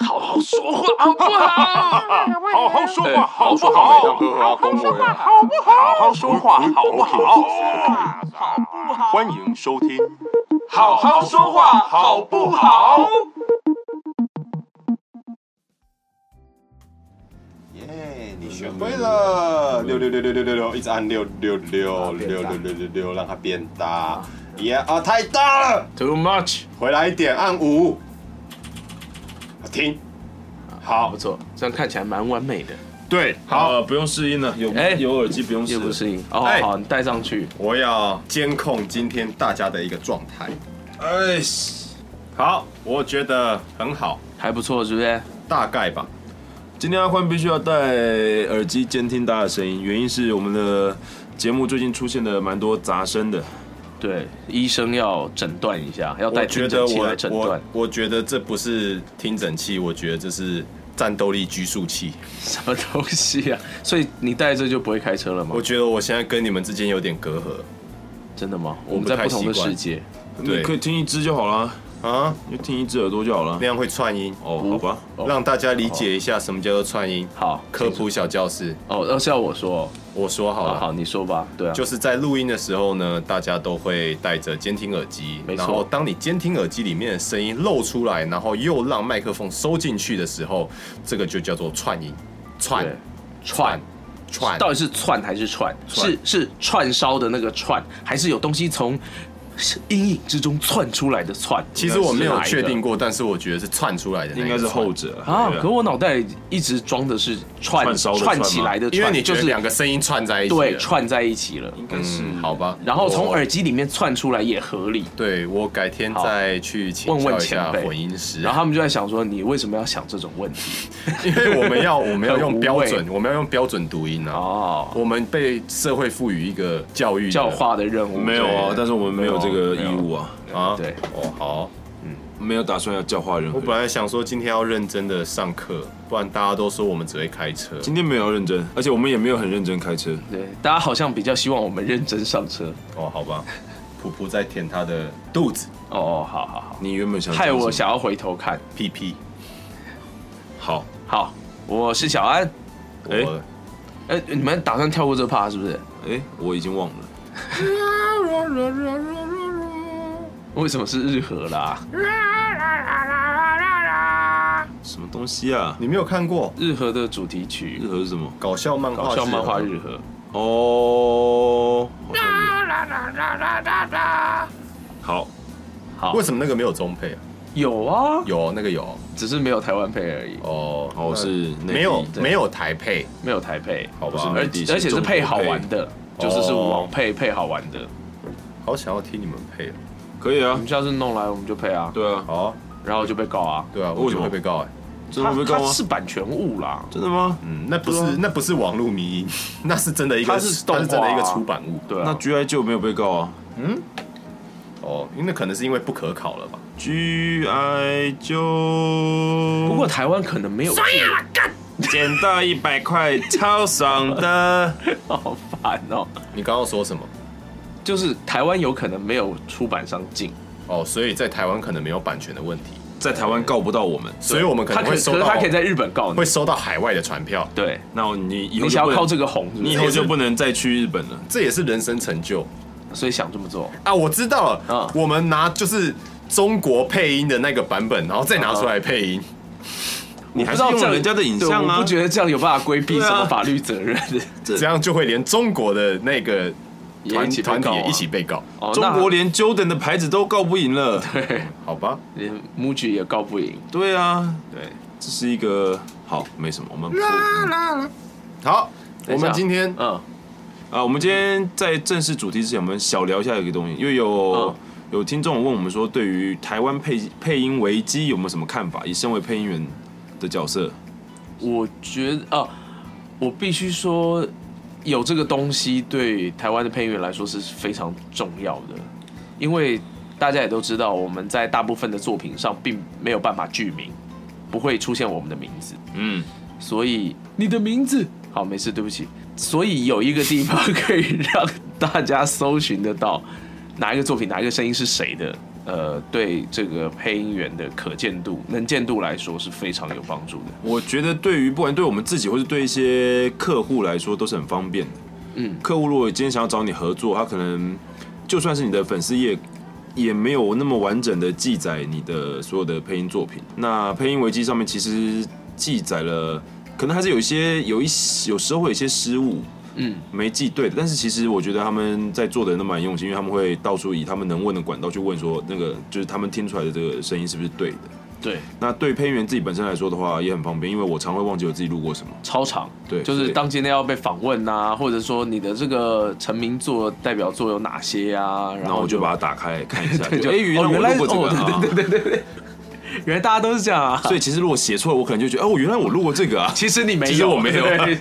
好说话好不 好？好好说哎话好不好说好话？每趟都要恭维啊好不好？好好说话好不好好不好？欢迎收听，好好说话好不好？耶！你学会了六六六六六六六，一直按六六六六六六六六，让它变大。耶啊，太大了！ Too much，回来一点，按五。停。好不，错，这样看起来蛮完美的，对，好，呃不用试音了，有哎有耳机不用试也不适应。哦，哎好，你戴上去。我要监控今天大家的一个状态。哎，好，我觉得很好，还不错，是不是？大概吧。今天阿欢必须要戴耳机监听大家的声音，原因是我们的节目最近出现了蛮多杂声的。对，医生要诊断一下，要带我觉听得诊器我来诊我断。我觉得这不是听诊器，我觉得这是战斗力拘束器。什么东西啊？所以你戴着就不会开车了吗我？觉得我现在跟你们之间有点隔阂真的吗？我我们不在太不同的习惯世界。对你可以听一只就好了，啊，你就听一只耳朵就好了那。样会串音，哦，好吧，哦让大家理解一下什么叫做串音。好，科普小教室，哦，要是要我说哦，我说好好了，好，你说吧。对啊，就是在录音的时候呢，大家都会戴着监听耳机没，错然后当你监听耳机里面的声音漏出来，然后又让麦克风收进去的时候，这个就叫做串音，串对串。串到底是窜还是串？串是是串烧的那个串，还是有东西从阴影之中窜出来的窜？其实我没有哪一个确定过，但是我觉得是串出来的，应该是后。者啊对，可我脑袋一直装的是串串烧的串吗起来的因为串你就就是是两个声音串在一起了，对串在一起了，应该是嗯，好吧。然后从我耳机里面窜出来也合理。对我改天再去请问问教一下前辈混音师，然后他们就在想说，你为什么要想这种问题？ 因为我们要我们要很无用味标准，我们要用标准读音啊。哦，我们被社会赋予一个教育的教化的任务没有啊对，但是我们没有这个义务啊，啊，对哦好。没有打算要教化任何我人。本来想说今天要认真的上课，不然大家都说我们只会开车。今天没有认真，而且我们也没有很认真开车。对，大家好像比较希望我们认真上车。哦，好吧，普普在舔他的肚子哦，好好好，你原本想讲害什么我想要回头看。屁屁，好，好，我是小安。哎我哎、你们打算跳过这趴是不是？哎，我已经忘了。为什么是日和啦？什么东西啊？你没有看过日和的主题曲日，和是什么？搞笑漫画？搞笑漫画日和。哦，好像有好，好为，什么那个没有中配啊？有啊，有那个有只是没有台湾配而已，哦，哦那是内地没有对没有台配，没有台配，好不是吧而内？地而且是中国配配哦好玩的，就是是网配配好玩的。好想要听你们配哦，可以我啊们，下次弄来我们就配啊，对啊，好啊，然后就被告啊。对啊，为我什就么会被告哎。真的会被它告啊它吗？是版权物啦，真的吗？嗯，那不对啊是那不是网络迷因， 那是真的一个它是动画它啊是真的一个出版物对那啊， G I 就没有被告啊哦，因为那可能是因为不可考了吧？ ，G I 就不不过台湾可能没有日，捡到一百块，超爽的。 好烦哦。你刚刚说什么？就是台湾有可能没有出版商进，哦，所以在台湾可能没有版权的问题，在台湾告不到我们，所以我们可他可能会可收是到他可以在日本告你会，收到海外的传票，对，那你以后你就想不要靠能，这个红是不是，你以后就不能再去日本了。这也是人生成就所以想这么做。啊！我知道了，嗯我们拿就是中国配音的那个版本，然后再拿出来配音，你不还知是道用这样人家的影像对啊我不？觉得这样有办法规避对啊什么法律责任。这样就会连中国的那个也一团起被团体告啊也一起被告，哦中国连 Jordan 的牌子都告不赢了。对，好吧？ 连 MUJI 也告不赢。对啊，对，这是一个好，没什么。我们好，等我一下们今天嗯，啊，我们今天在正式主题之前，我们小聊一下一个东西，因为有嗯有听众问我们说，对于台湾配配音危机有没有什么看法？以身为配音员的角色，我觉得啊，我必须说，有这个东西对台湾的配音员来说是非常重要的，因为大家也都知道，我们在大部分的作品上并没有办法剧名，不会出现我们的名字。嗯，所以你的名字好，没事，对不起。所以有一个地方可以让大家搜寻得到哪一个作品、哪一个声音是谁的，呃对这个配音员的可见度、能见度来说是非常有帮助的。我觉得对于不管对我们自己或是对一些客户来说都是很方便的。嗯，客户如果今天想要找你合作，他可能就算是你的粉丝页，也没有那么完整的记载你的所有的配音作品。那配音维基上面其实记载了，可能还是有一些有一有时候会有一些失误，嗯，没记对的，但是其实我觉得他们在做的都蛮用心，因为他们会到处以他们能问的管道去问说，那个就是他们听出来的这个声音是不是对的。对，那对配音员自己本身来说的话，也很方便，因为我常会忘记我自己录过什么。超长，对就是当今天要被访问啊，或者说你的这个成名作、代表作有哪些啊，然然后后我就把它打开来看一下，对就就哎，原哦来原我来录过这个哦啊。对对对对对， 原来大家都是这样啊，所以其实如果写错了，我可能就觉得哦，原来我录过这个啊。其实你没有，其实我没有对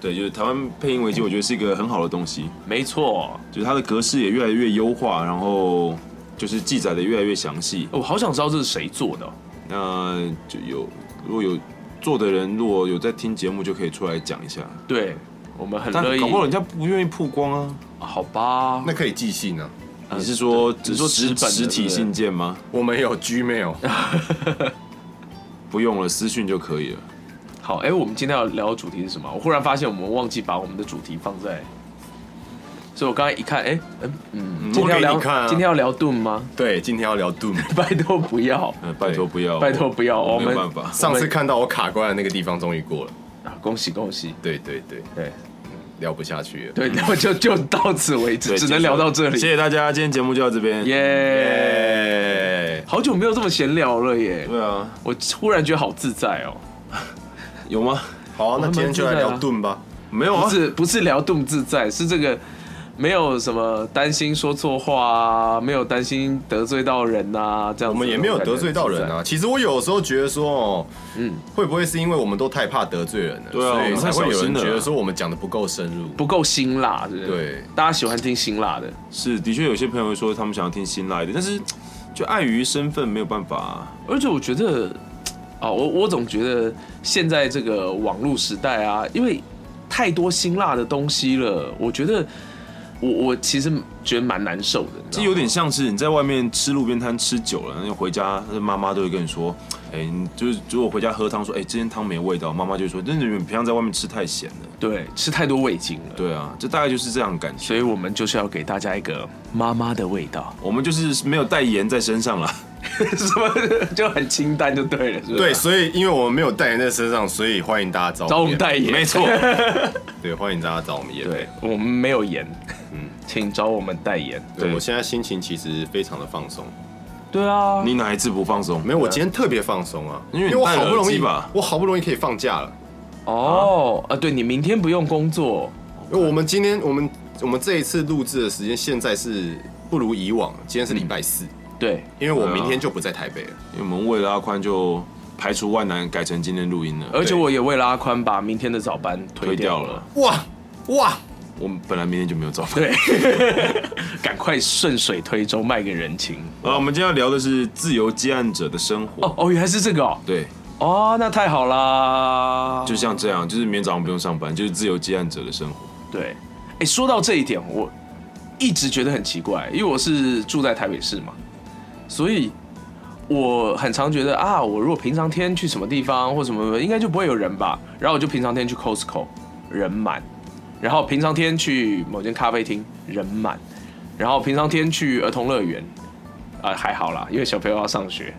对，就是台湾配音危机，我觉得是一个很好的东西， 没错，就是它的格式也越来越优化，然后就是记载的越来越详细。哦我好想知道这是谁做的哦、那就有如果有做的人，如果有在听节目，就可以出来讲一下。对我们很但乐意哦搞，不好人家不愿意曝光啊。好吧？那可以寄信啊，呃你是说只是说实纸本的实对体不对信件吗？我们有 Gmail，不用了，私讯就可以了。好，哎、我们今天要聊的主题是什么？我忽然发现我们忘记把我们的主题放在，所以我刚才一看，哎、嗯嗯，今天要我聊、给你看啊今天要聊 Doom 吗？ 对，今天要聊 Doom。拜托不要，嗯，拜托不要，拜托不要，我我没有们办法。上次看到我卡关的那个地方终于过了，啊恭喜恭喜，对对对，对聊不下去了。 对，那么就就到此为止，对只能聊到这谢里，谢大家，今天节目就到这边。耶！哎，好久没有这么闲聊了耶，对啊，我忽然觉得好自在哦，有吗？好啊，那今天就来聊 Doom 吧。没有不啊，是不是聊 Doom 自在，是这个。没有什么担心说错话啊，没有担心得罪到人呐、这样我子们也没有得罪到人啊。其实我有时候觉得说，哦，嗯，会不会是因为我们都太怕得罪人了，对啊所我以们才太会有小人心了觉啊得说我们讲的不够深入？不够辛辣，是不是？对，大家喜欢听辛辣的，是的确有些朋友会说他们想要听辛辣一点，但是就碍于身份没有办法啊。而且我觉得，啊，我我总觉得现在这个网络时代啊，因为太多辛辣的东西了，我觉得我我其实觉得蛮难受的，你知这道吗有点像是你在外面吃路边摊吃久了，然后回家妈妈都会跟你说，哎、你就是如果回家喝汤说，哎、今天汤没味道，妈妈就会说，真的你们平常在外面吃太咸了。对，吃太多味精了，对啊，这大概就是这样的感觉。所以我们就是要给大家一个妈妈的味道，我们就是没有带盐在身上啦。什么就很清淡就对了，是不是？对，，所以因为我们没有代言在身上，所以欢迎大家找找我们演代言，没错，对，欢迎大家找我们演。对，我们没有盐，请找我们代言。对对我现在心情其实非常的放松，对啊，你哪一次不放松？没有，我今天特别放松啊，因为你我戴了好不容易耳机吧我好不容易可以放假了。哦，啊，对你明天不用工作，因为我们今天我们我们这一次录制的时间现在是不如以往，今天是礼拜四，对，因为我对啊明天就不在台北了。因为我们为了阿宽就排除万难，改成今天录音了。而且我也为了阿宽把明天的早班推推掉掉了了。，哇哇，我们本来明天就没有早饭。对， 赶快顺水推舟卖个人情。啊，我们今天要聊的是自由接案者的生活。哦哦，原来是这个哦，对，哦，那太好啦。就像这样，就是明天早上不用上班，就是自由接案者的生活。对，哎，说到这一点，我一直觉得很奇怪，因为我是住在台北市嘛，所以我很常觉得啊，我如果平常天去什么地方或什么，应该就不会有人吧。然后我就平常天去 Costco，人满；然后平常天去某间咖啡厅，人满；然后平常天去儿童乐园，啊、还好啦，因为小朋友要上学。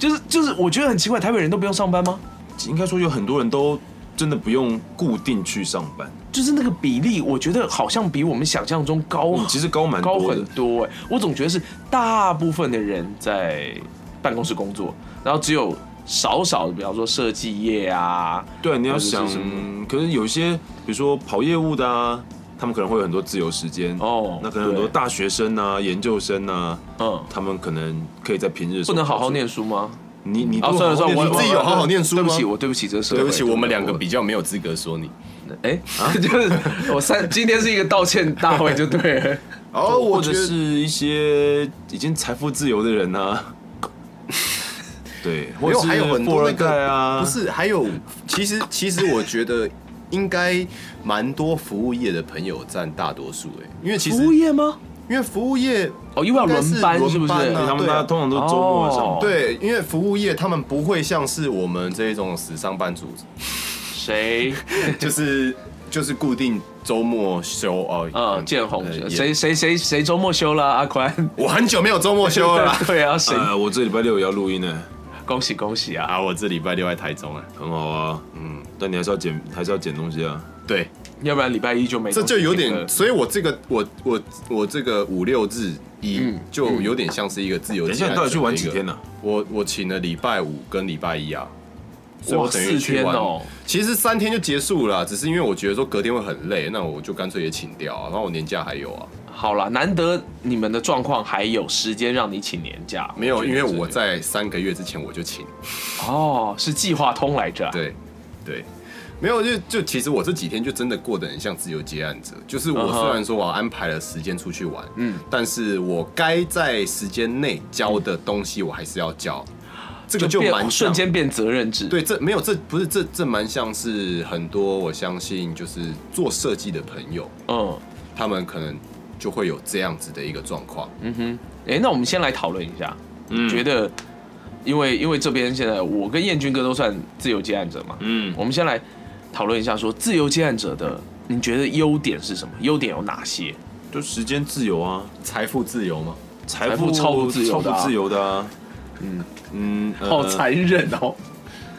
就是就是，我觉得很奇怪，台北人都不用上班吗？应该说有很多人都真的不用固定去上班，就是那个比例，我觉得好像比我们想象中高嗯，其实高蛮高多很的。多哎、我总觉得是大部分的人在办公室工作，然后只有少少的，比方说设计业啊，对，你要或者是想什么，可是有些，比如说跑业务的啊，他们可能会有很多自由时间哦那可能很多对大学生啊、研究生啊，嗯，他们可能可以在平日的时不候能好好念书吗？你你哦，算了算了，我我你自己有好好念书吗对不起，我对不起这个社会，对不起，我们两个比啊较没有资格说你。哎， 就是我三今天是一个道歉大会就对 了，哦，或我觉者得是一些已经财富自由的人啊，对， 或没者有是还有很富多二那代个啊，不是还有，其实其实我觉得应该蛮多服务业的朋友占大多数哎、因为其实服务业吗？因为服务业哦，因为要轮班应该是是不轮班是？啊他们对大家通常都是周末上哦班，对，因为服务业他们不会像是我们这种时尚办主，谁？ 就是就是固定周末休哦。呃，建宏呃也谁谁谁谁周末休了？阿宽我很久没有周末休了啦 。对啊，谁？呃，我这礼拜六也要录音呢，恭喜恭喜啊！啊，我这礼拜六在台中啊。很好啊，嗯，但你还是要剪，还是要剪东西啊。对，要不然礼拜一就没这东西就有听了点，所以我这个我我我这个五六日嗯一就有点像是一个自由。嗯等一下，你到底去玩几天？呢？我我请了礼拜五跟礼拜一啊，所以我哇等于四去天玩。哦，其实三天就结束了啊，只是因为我觉得说隔天会很累，那我就干脆也请掉啊。然后我年假还有啊，好啦，难得你们的状况还有时间让你请年假，没有，觉因得为这我个在三个月之前我就请。哦是计划通来着啊，对，对，没有就就其实我这几天就真的过得很像自由接案者，就是嗯我哼虽然说我安排了时间出去玩，嗯嗯，但是我该在时间内交的东西我还是要交，这个就变蛮瞬像。间变责任制，对，这没有，这不是这这蛮像是很多我相信就是做设计的朋友，嗯他们可能就会有这样子的一个状况。嗯哼，哎，那我们先来讨论一下，嗯觉得因为因为这边现在我跟彦君哥都算自由接案者嘛，嗯，我们先来讨论一下说自由接案者的你觉得优点是什么？优点有哪些？就时间自由啊，财富自由吗？财富超不自由超的啊不自由的啊。嗯嗯，好呃残忍哦，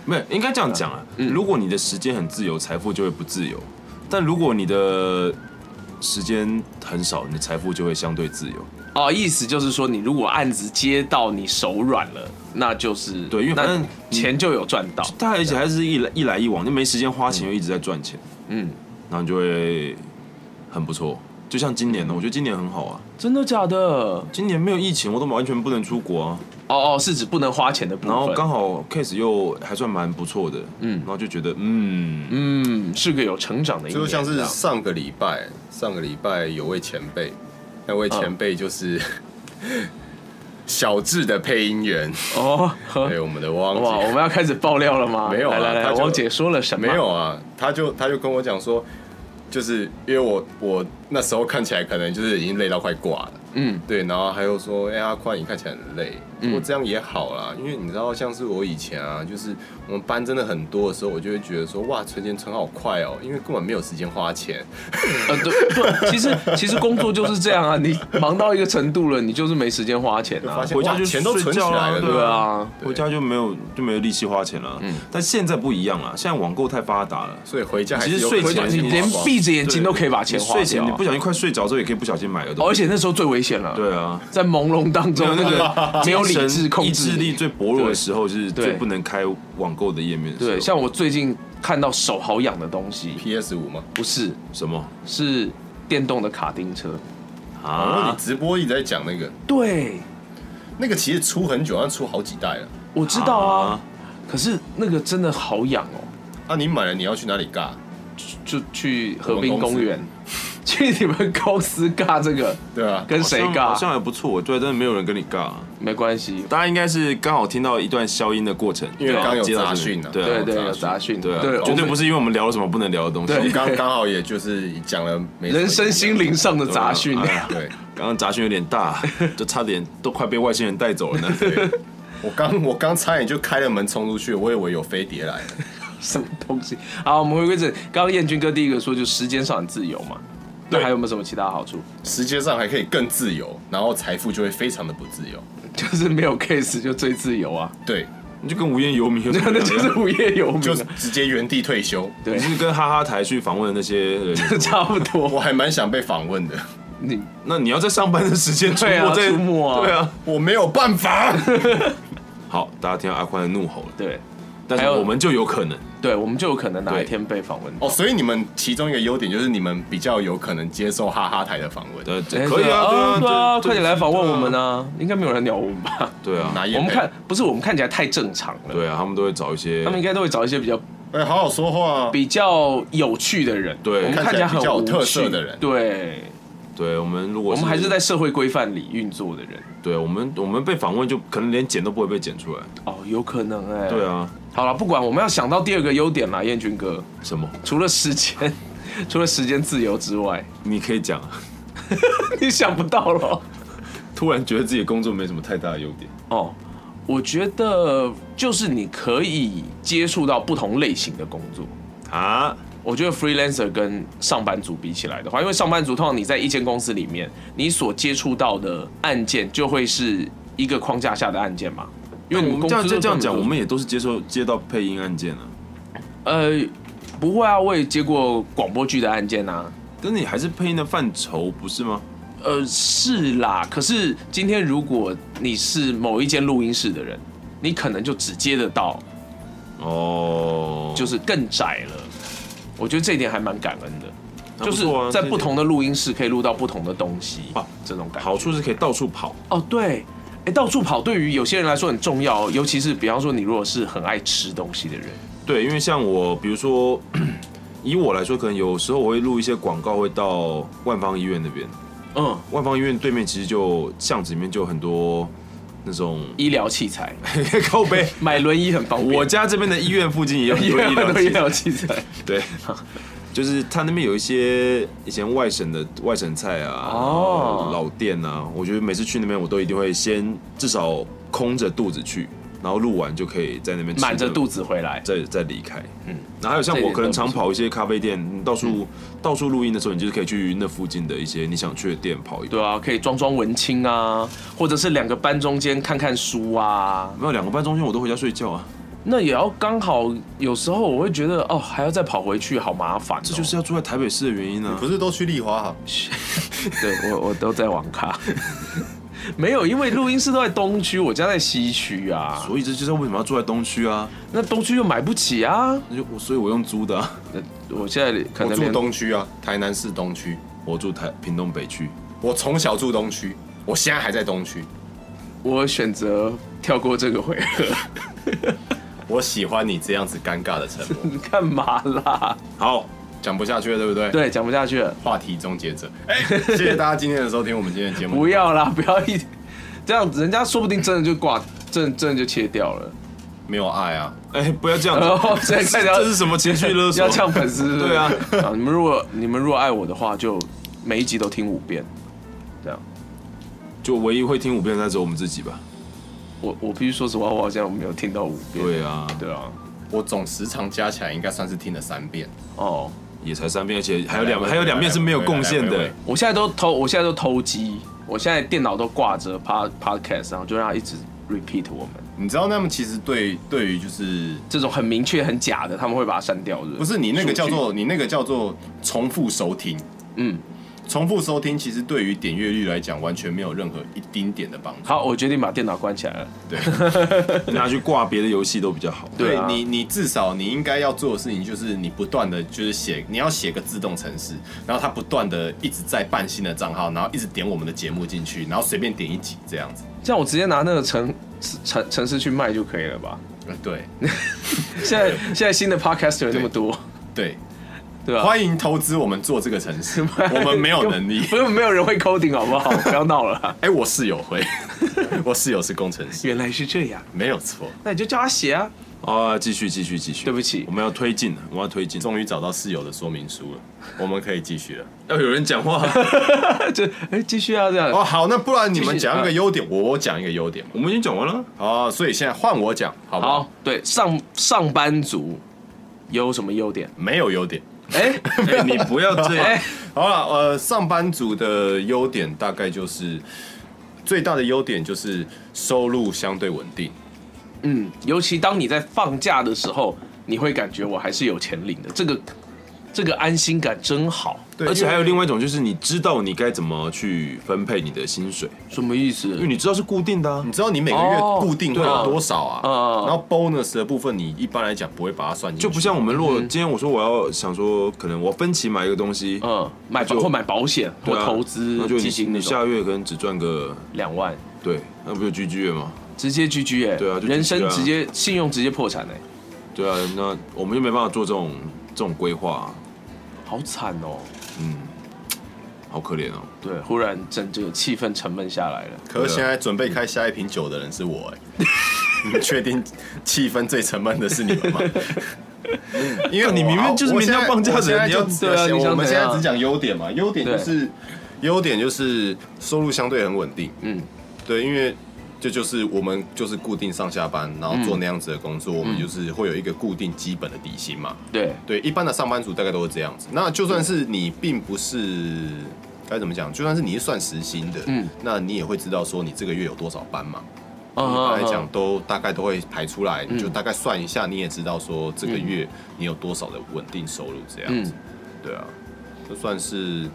没有，应该这样讲啊。如果你的时间很自由，财富就会不自由；但如果你的时间很少，你的财富就会相对自由。哦，意思就是说，你如果案子接到你手软了，那就是对因为反那正你钱就有赚到，大家一起还是一来一来一往，就没时间花钱，又一直在赚钱，嗯，然后你就会很不错。就像今年呢，我觉得今年很好啊。真的假的？哦今年没有疫情，我都完全不能出国啊。哦，是指不能花钱的部分。然后刚好 case 又还算蛮不错的，嗯，然后就觉得嗯嗯，是个有成长的一年，就像是啊这样上个礼拜，上个礼拜有位前辈，那位前辈就是、嗯 小智的配音员，哎哦，嗯呵对我们的汪哇，我姐，们要开始爆料了吗？没有啊来来来，他就王姐说了什么？没有啊，他就他就跟我讲说，就是因为我我那时候看起来可能就是已经累到快挂了。嗯，对，然后还有说，哎、阿宽，你看起来很累，嗯不过这样也好啦，因为你知道，像是我以前啊，就是我们班真的很多的时候，我就会觉得说，哇，存钱存好快哦，因为根本没有时间花钱。呃，对对，其实其实工作就是这样啊，你忙到一个程度了，你就是没时间花钱就啊发。现回家哇就钱都存起睡觉啊来了，对对啊，对回家就没有就没有力气花钱了。嗯，但现在不一样了，现在网购太发达了。所以回家还是其实有睡可前能你你连花光闭着眼睛都可以把钱你花睡前掉你啊不。小心快睡着之后，也可以不小心买了东哦西。而且那时候最危险了，对啊，在朦胧当中，没有那 个没有理精智神控意制志力你。最薄弱的时候，就是对最不能开网购的页面的时候。对，像我最近看到手好痒的东西， PS 五嘛。不是什么是电动的卡丁车。然后啊你？直播一直在讲那个，对，那个其实出很久，要出好几代了。我知道啊，可是那个真的好痒哦、啊，你买了你要去哪里尬？就去河滨公园，去你们公司尬这个，对啊，跟好谁像好尬像还不错，对，但是没有人跟你尬。没关系。大家应该是刚好听到一段消音的过程，因为对啊刚有接到杂这里讯啊，对啊对有对，有杂讯，对啊，我绝对们不是因为我们聊了什么不能聊的东西。对刚刚好也就是讲了没什么人生心灵上的杂讯。对啊对。刚刚杂讯有点大，就差点都快被外星人带走 了呢。对我刚我刚差点就开了门冲出去，我以为有飞碟来了。 什么东西？好，我们回归正，刚刚彦君哥第一个说，就时间上很自由嘛。那对还有没有什么其他好处？时间上还可以更自由，然后财富就会非常的不自由。就是没有 case 就最自由啊， 对，你就跟无业游民有什那么那两就是样？无业游民就是啊，直接原地退休。对你，是跟哈哈台去访问的那些人。 差不多。我还蛮想被访问的，你那你要在上班的时间出对啊没在出没啊对啊。我没有办法。好，大家听到阿宽的怒吼了，对但还是有我们就有可能，对，我们就有可能哪一对天被访问到哦，。所以你们其中一个优点就是你们比较有可能接受哈哈台的访问。呃，哎可以啊，对啊，对啊，快点来访问我们啊，啊！应该没有人鸟我们吧？ 对啊，拿 业我配们看，不是我们看起来太正常了，对啊，他们都会找一些他们应该都会找一些比较哎、好好说话、啊。比较有趣的人，对我们看起起来很比较有无特趣色的人对，对我们如果我们还是在社会规范里运作的人。对我们我们被访问就可能连剪都不会被剪出来，哦，有可能哎、对。啊，好了，不管，我们要想到第二个优点啦，燕君哥，什么 除了时间，除了时间自由之外，你可以讲啊，你想不到了突然觉得自己的工作没什么太大的优点。哦。我觉得就是你可以接触到不同类型的工作。啊，我觉得 freelancer 跟上班族比起来的话，因为上班族通常你在一间公司里面，你所接触到的案件就会是一个框架下的案件嘛。因为你我们公这样司这就样这样讲，很我多们也都是接受接到配音案件啊，呃不会啊，我也接过广播剧的案件啊。但你还是配音的范畴不是吗？呃，是啦。可是今天如果你是某一间录音室的人，你可能就只接得到，哦，就是更窄了。我觉得这一点还蛮感恩的，那就不是错啊在这一不点同的录音室可以录到不同的东西啊这种感觉。好处是可以到处跑，哦，对，哎，到处跑对于有些人来说很重要，哦尤其是比方说你如果是很爱吃东西的人，对，因为像我，比如说 以我来说，可能有时候我会录一些广告，会到万方医院那边。嗯，万方医院对面其实就巷子里面就有很多那种 医疗器材，靠背。买轮椅很方便。我家这边的医院附近也 有很多医医疗器材疗器材，对，就是他那边有一些以前外省的外省菜啊，哦哦，老店啊，我觉得每次去那边我都一定会先至少空着肚子去，然后录完就可以在那边吃满着个肚子回来。再再离开。嗯嗯，然后还有像这一我点可能常倒不跑一些咖啡店，你到处、到处录音的时候，你就是可以去那附近的一些你想去的店跑一跑。对啊，可以装装文青啊，或者是两个班中间看看书啊，没有两个半钟间我都回家睡觉啊，那也要刚好。有时候我会觉得哦，还要再跑回去，好麻烦、哦这就是要住在台北市的原因啊。不是都去丽华行？对我我都在网咖， 没有，因为录音室都在东区，我家在西区啊，所以这就是为什么要住在东区啊？那东区又买不起啊。那就我，所以我用 租的、啊，呃我现在可我能住连东区啊，台南市东区。我住台屏东北区。我从小住东区，我现在还在东区。我选择跳过这个回合， 我喜欢你这样子尴尬的沉 默，你干嘛啦？好，讲不下去了，对不对？，对，讲不下去了，话题终结者。 哎、谢谢大家今天的收听，我们今天的节目。不要啦，不要一 这样，人家说不定真的就挂，真真的就切掉了。没有爱啊，哦哎、不要这样然后子，再看这是什么情绪勒索？要呛粉丝是不是？对啊啊，你们如果你们如果爱我的话，就每一集都听五遍，这样。就唯一会听五遍的那只有我们自己吧。我我必须说实话，我好像没有听到五遍。对啊，对啊，我总时长加起来应该算是听了三遍，哦，也才三遍，而且还有两来来还有两遍是没有来来贡献来来的来。我现在都偷，我现在都偷鸡，我现在电脑都挂着 pod podcast，然后就让它一直 repeat 我们。你知道他们其实对对于就是这种很明确、很假的，他们会把它删掉，是不是？不是你那个叫数做你那个叫做重复收听，据嗯，重复收听其实对于点阅率来讲完全没有任何一丁点的帮助。好，我决定把电脑关起来了。对，拿去挂别的游戏都比较好。对对啊你，你至少你应该要做的事情就是你不断的就是写，你要写个自动程式，然后它不断的一直在办新的账号，然后一直点我们的节目进去，然后随便点一集这样子。这样我直接拿那个城城城市去卖就可以了 吧？呃，对现在现在新的 podcaster 那么多，对，对吧？欢迎投资我们做这个程 。式，我们没有能力不用没有人会 coding 好不好？ 不要闹了啦，哎、我室友会， 我室友是工程师，原来是这样，没有错。那你就叫他写啊。 啊，继续继续继续。对不起我们要推进，我们要推进。终于找到室友的说明书了，我们可以继续了。要 有人 讲话，就哎，继续啊，这样。哦，好，那不然你继们续讲一啊个优点，我我讲一个优点嘛。我们已经讲完了。哦，所以现在换我讲，好不好？好，对上上班族有什么优点？没有优点。哎哎，你不要这样哎，好了，呃，上班族的优点大概就是最大的优点就是收入相对稳定。嗯，尤其当你在放假的时候，你会感觉我还是有钱领的，这个这个安心感真好。对而且还有因为另外一种，就是你知道你该怎么去分配你的薪水，什么意思因为？你知道是固定的、啊你。知道你每个月哦固定会有多少啊？对啊嗯然后 bonus 的部分你一般来讲不会把它算进去，就不像我们，如果今天我说我要想说，可能我分期买一个东西，嗯，买就房或买保险对或啊投资那就基金你那你种，下月可能只赚个两万对，那不就 GG 了吗？直接 GG 哎，对啊就人 GG 生啊直接信用直接破产哎，对啊，那我们就没办法做这种这种规划、啊好惨哦。嗯，好可怜哦。对，忽然整个气氛沉闷下来了。啊可是现在准备开下一瓶酒的人是我哎、 你们确定气氛最沉闷的是你们 吗？因为你明明就是明天要放假的人，我现在人你就要只对啊你想我们怎现样在只讲优点嘛，优点就是优点就是收入相对很稳定，嗯，对，因为这就是我们就是固定上下班，然后嗯做那样子的工作，我们就是会有一个固定基本的底薪嘛。对，对，一般的上班族大概都是这样子。那就算是你并不是该怎么讲，就算是你是算时薪的，嗯，那你也会知道说你这个月有多少班嘛。嗯一般来讲嗯都大概都会排出来，你就大概算一下，你也知道说这嗯个月你有多少的稳定收入这样子。对啊，这算是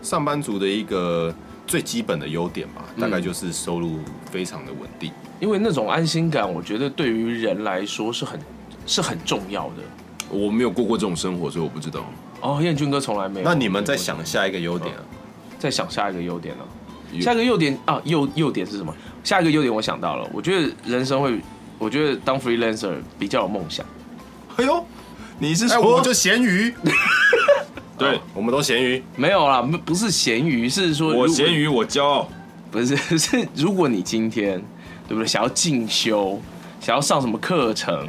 上班族的一个最基本的优点吧，大概就是收入非常的稳定。嗯因为那种安心感，我觉得对于人来说是很是很重要的。我没有过过这种生活，所以我不知道。哦，燕军哥从来没有。那你们再想下一个优点啊？再想下一个优点呢、有下一个优点啊，优优点是什么？下一个优点我想到了，我觉得人生会，我觉得当 freelancer 比较有梦想。哎呦，你是哎，我们就 咸鱼，对我们都咸鱼，没有啦，不不是咸鱼，是说我如果咸鱼，我骄傲。不是 是如果你今天对不对，想要进修，想要上什么课程，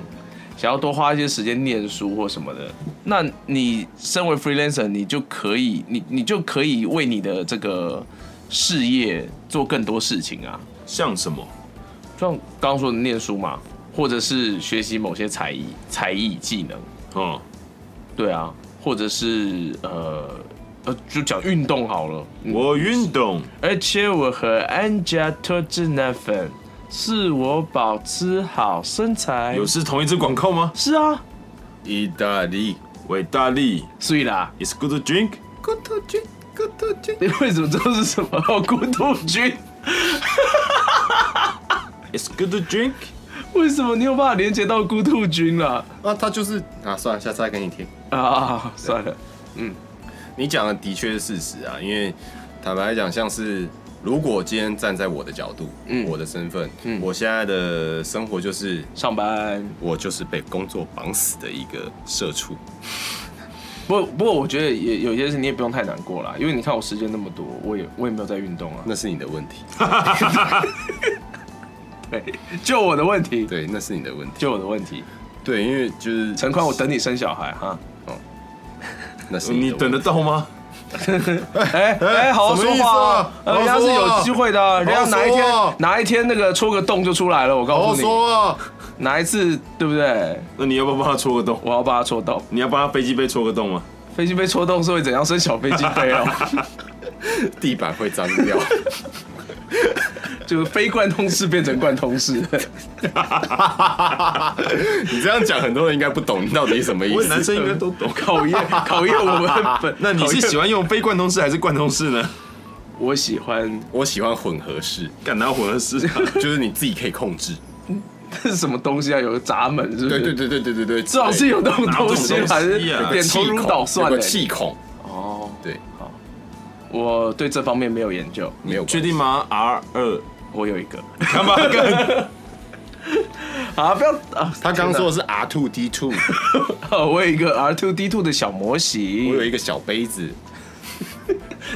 想要多花一些时间念书或什么的，那你身为 freelancer，你就可以，你你就可以为你的这个事业做更多事情啊。像什么？就像刚刚说的念书嘛，或者是学习某些才艺、才艺技能，哦，对啊，或者是呃呃，就讲运动好了。嗯我我运动。而且我和安家脱脂奶粉，是我保持好身材有。是同一支广告吗？是啊，意大利伟大力所以啦， ，It's good to drink。骨头菌，骨头菌，你为什么知道是什么？孤独君？ It's good to drink。为什么你有办法连接到孤独君了？那他就是啊，算了，下次再给你听。啊，算了，你讲的的确是事实啊，因为坦白讲，像是如果今天站在我的角度，我的身份，我现在的生活就是上班。我就是被工作绑死的一个社畜。不过不过，我觉得也有些事你也不用太难过啦，因为你看我时间那么多，我也我也没有在运动啊。 那是你的问题，对，就我的问题，对，那是你的问题，就我的问题。对，因为就是陈宽，我等你生小孩哈。那是你你等的得问题到吗？哎哎，好好什么说意思话哦啊，呃人好家好是说有话机会的啊，人家好好哪一说天话哪一天那个戳个洞就出来了，我好告好诉你，说啊，哪一次对不对？那你要不要帮他戳个洞？我要把它戳洞，你要帮他飞机杯戳个洞吗？飞机被戳洞是会怎样生小飞机飞哦？ 地板会脏掉。 就是非贯通式变成贯通式，你这样讲，很多人应该不懂你到底是什么意我思。男生应该都懂。考验考验我们本。 那你是考验喜欢用非贯通式还是贯通式呢？我喜欢 我喜欢混合式，干哪有混合式啊？就是你自己可以控制。这是什么东西啊？有个闸门是不是？对对对对对对对，至少是有那种哪东有这种西东西还是啊点头气如孔捣蒜欸有的个气孔，哦。对，我对这方面没有研究， 没有关系确定吗？R 二，我有一个。干嘛干？啊，不要啊！他刚刚说的是 R two D two，呃，我有一个 R two D two 的小模我有型，一个小杯子，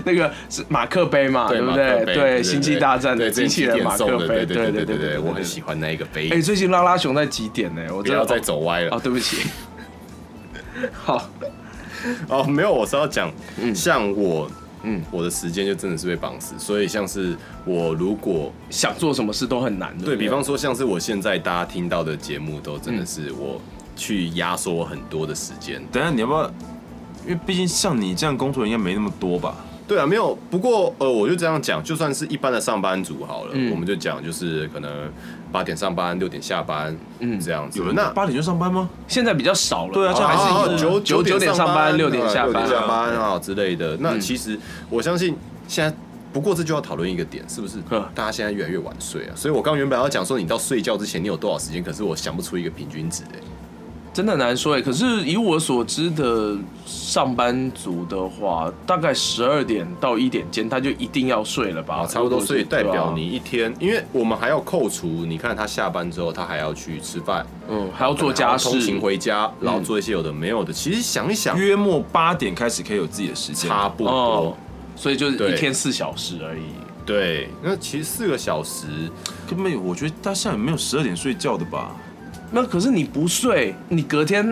那个是马克杯嘛，对不马克啊对？杯对，星际大战的对机器人马克对杯，对对对对对，我很喜欢。欢那一个杯哎，，最近拉拉熊在几点呢？我不真的要再走歪哦，了。对不起。 好，哦，没有，我是要讲，像我，嗯，我的时间就真的是被绑死，所以像是我如果想做什么事都很难的。对比方说，像是我现在大家听到的节目，都嗯真的是我去压缩我很多的时间，等一下你要不要？因为毕竟像你这样工作应该没那么多吧？对啊，没有。不过呃，我就这样讲，就算是一般的上班族好了，我们就讲就是可能八点上班，六点下班，嗯，这样子。有人那八点就上班吗？现在比较少了，哦对啊这样还是啊有九九九点点上班，班，六点下啊六班点。下班啊之类的。那其实我相信现在。不过这就要讨论一个点，是不是嗯大家现在越来越晚睡啊？所以我刚原本要讲说，你到睡觉之前你有多少时间，可是我想不出一个平均值、欸。真的很难说哎。可是以我所知的上班族的话，大概十二点到一点间，他就一定要睡了吧？啊，差不多，所以代对表啊你一天，因为我们还要扣除，你看他下班之后，他还要去吃饭，嗯，还要做家嗯事然后，通勤回家，然后做一些有的没有的。其实想一想，约莫八点开始可以有自己的时间。差不哦多，，所以就是对一天四小时而已。对。那其实四个小时，根本我觉得大家下午没有十二点睡觉的吧？那可是你不睡，你隔天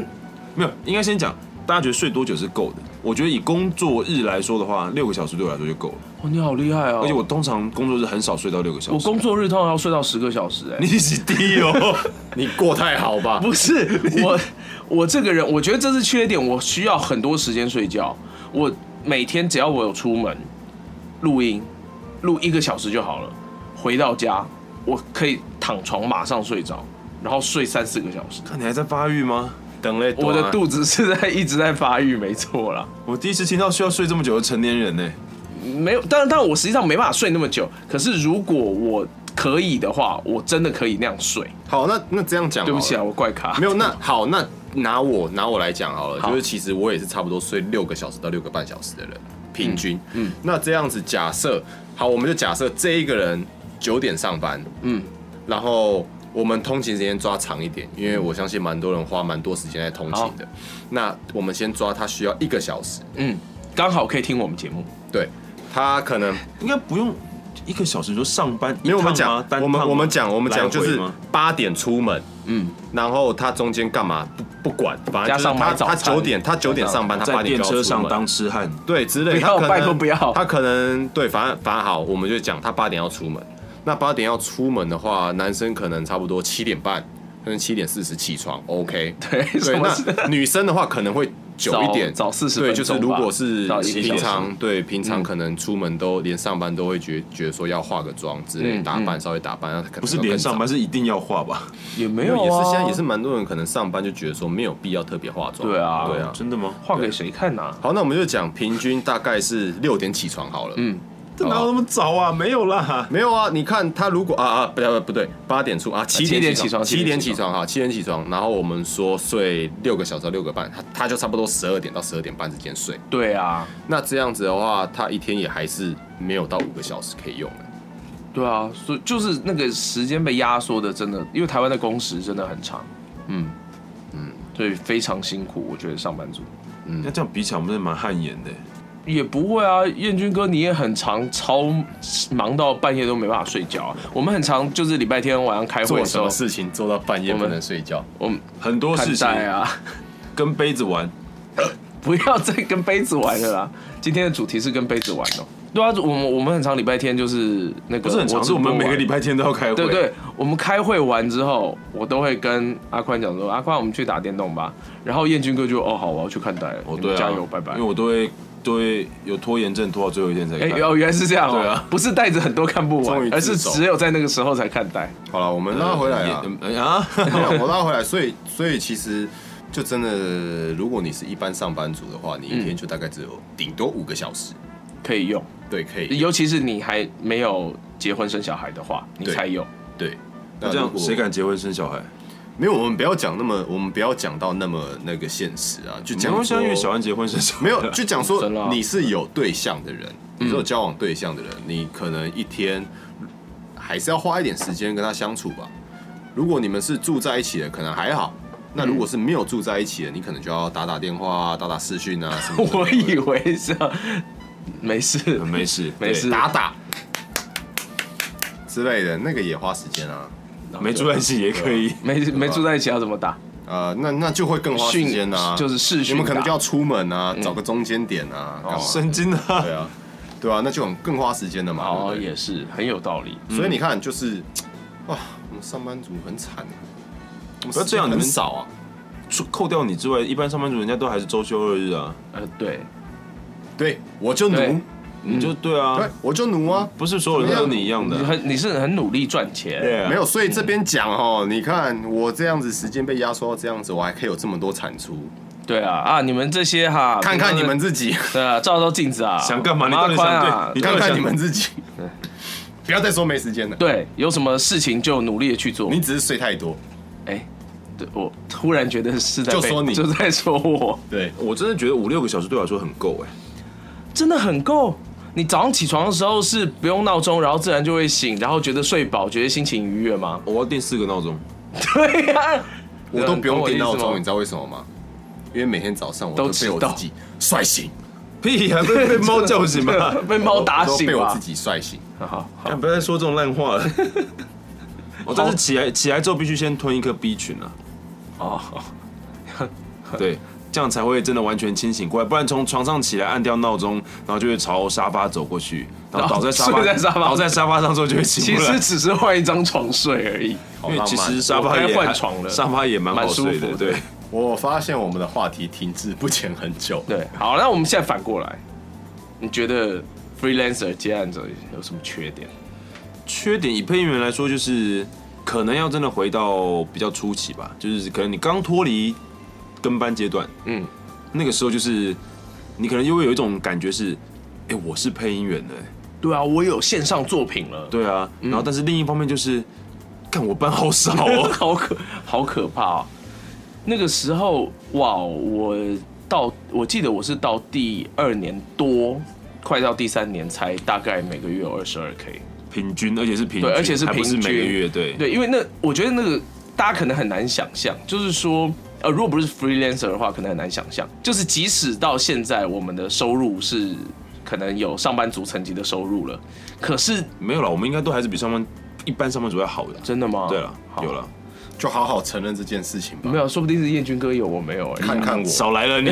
没有，应该先讲大家觉得睡多久是够的？我觉得以工作日来说的话，六个小时对我来说就够了。哦，你好厉害哦！而且我通常工作日很少睡到六个小时。我工作日通常要睡到十个小时、哎，你是 低哦，你过太好吧？ 不是 我，我这个人，我觉得这是缺点，我需要很多时间睡觉。我每天只要我有出门录音，录一个小时就好了，回到家我可以躺床马上睡着，然后睡三四个小啊时。看你还在发育吗？等嘞，我的肚子是在一直在发育，没错啦。我第一次听到需要睡这么久的成年人呢、没有，但但我实际上没办法睡那么久。可是如果我可以的话，我真的可以那样睡。好，那那这样讲好对了，不起啊，我怪咖。没有，那好，那拿我拿我来讲好了，好就是其实我也是差不多睡六个小时到六个半小时的人，平均。嗯，那这样子假设，好，我们就假设这一个人九点上班，嗯，然后我们通勤时间抓长一点，因为我相信蛮多人花蛮多时间在通勤的。那我们先抓他需要一个小时，嗯，刚好可以听我们节目。 对他可能应该不用一个小时就上班一因为我趟吗们讲，单我趟吗们我们讲，我们讲来回就是吗八点出门，嗯，然后他中间干嘛不不管，反加正就是上买他早他餐九点他九点上班，他八在点电就要车出上门当痴汉，对之类，不要他可能拜托不要他可能对，反正反正好，我们就讲他八点要出门，那八点要出门的话，男生可能差不多七点半，可能七点四十起床，OK，对 对什，么事那女生的话可能会久一点，早早40对，分就是钟如吧果是到一嗯个小时平常对平常可能出门都连上班都会觉觉得说要化个妆之类，嗯打扮稍微打扮，那可能不是要连更早上班，是一定要画吧？也没没有，有、啊，也是现在也是蛮多人可能上班就觉得说没有必要特别化妆，对啊对啊，哦真的吗？画给谁看呐、好，那我们就讲平均大概是六点起床好了。嗯，这哪有那么早啊？没有啦，没有啊，你看他如果啊啊，不对不对，八点出啊，七七点点起起床，床七七点点起起床哈，啊七点起床，然后我们说睡六个小时到六个半，他他就差不多十二点到十二点半之间睡。对啊，那这样子的话，他一天也还是没有到五个小时可以用的。对啊，所以就是那个时间被压缩的，真的，因为台湾的工时真的很长，嗯嗯，所以非常辛苦，我觉得上班族嗯那这样比起来，我们真的蛮汗颜的、也不会啊。彦军哥，你也很常超忙到半夜都没办法睡觉、啊，我们很常就是礼拜天晚上开会做的时什候么，事情做到半夜我不们能睡觉？我们很多看事情待啊，跟杯子玩， 不要再跟杯子玩了啦。今天的主题是跟杯子玩哦、对啊，我们我们很常礼拜天就是那个，不是很常是我们每个礼拜天都要开会，对不对？我们开会完之后，我都会跟阿宽讲说：“阿宽，我们去打电动吧。”然后彦军哥就：“哦，好，我要去看待了，哦你对们啊，加油，拜拜因为。我都会都会有拖延症，拖到最后一天才”哎看。，哦，原来是这样哦，对啊不是带着很多看不终于完，而自是首只有在那个时候才看待。好了，我们拉回来也啊，嗯哎 啊，没有我拉回来，所以所以其实就真的，如果你是一般上班族的话，你一天就大概只有顶多五个小时，可以用，对，可以，尤其是你还没有结婚生小孩的话，你对才有。对。那这如样果谁敢结婚生小孩？没有，我们不要讲那么，我们不要讲到那么那个现实啊，就结讲婚说相遇，小安结婚生小孩，没 有，就讲 说真的啊你是有对象的人，嗯你是有交往对象的人，你可能一天还是要花一点时间跟他相处吧。如果你们是住在一起的，可能还好。那如果是没有住在一起的，你可能就要打打电话啊，打打视讯 啊什么的。我以为是啊，没事，没事没事，打打之类的，那个也花时间啊。对没住在一起也可以。没没住在一起要怎么打？呃，那那就会更花时训间啊，就是视你讯嗯哦们可能打就要出门啊，找个中间点啊，干嘛？神经啊！对啊，对啊，那就很更花时间的嘛。哦，对不对也是很有道理。所以你看，就是哇，我们上班族很惨啊，我们不要这样时间你们很少啊。除扣掉你之外，一般上班族人家都还是周休二日啊，呃，对，对，我就奴，对你就嗯对对啊，，我就奴啊。不是所有人都跟你一样你的，啊很你是很努力赚钱，对啊没有，所以这边讲哦，你看我这样子时间被压缩到这样子，我还可以有这么多产出，对啊啊！你们这些哈，看看你们自己，对啊，照照镜子啊，想干嘛你到底麻烦啊想对你？看看你们自己，不要再说没时间了，对，有什么事情就努力的去做。你只是睡太多。哎，对我突然觉得是在就被说你就在说我，对，我真的觉得五六个小时对我来说很够哎、真的很够。你早上起床的时候是不用闹钟，然后自然就会醒，然后觉得睡饱，觉得心情愉悦吗？ 我要定四个闹钟，对 呀、我都不用定你懂闹我钟，意你思知道为什么吗？因为每天早上我都都被迟我到自己帅醒，屁呀、被 被猫叫醒吧吗？？被猫打我都醒被我吧自？己帅醒。 好好，啊干不要再说这种烂话 了。我哦但 是起来起来之后必须先吞一颗 B 群啊，哦，对，这样才会真的完全清醒过来。不然从床上起来按掉闹钟，然后就会朝沙发走过去，然后倒在沙发， 睡在沙发倒在沙发上之后就会醒其过来。实只是换一张床睡而已。因为其实沙我发该也换床了沙发也蛮好蛮舒睡服的，的对。我发现我们的话题停滞不前很久。对，好，那我们现在反过来，你觉得 freelancer 接案者有什么缺点？缺点以配音员来说，就是可能要真的回到比较初期吧，就是可能你刚脱离跟班阶段，嗯嗯，那个时候就是你可能就会有一种感觉是，哎、我是配音员的、欸对啊，我有线上作品了，对啊，嗯然后但是另一方面就是，看我班好少 哦、 好可好可怕、哦。那个时候，哇哦，我到我记得我是到第二年多，快到第三年才大概每个月有二十二 k。平均，而且是平均，对而且是还不是平均每个月，对，对，因为那我觉得那个大家可能很难想象，就是说，呃，如果不是 freelancer 的话，可能很难想象，就是即使到现在我们的收入是可能有上班族层级的收入了，可是没有了，我们应该都还是比上班一般上班族要好的，真的吗？对了，好有了，就好好承认这件事情吧。没有，说不定是燕军哥有，我没有、欸。看看我，嗯少来 了你，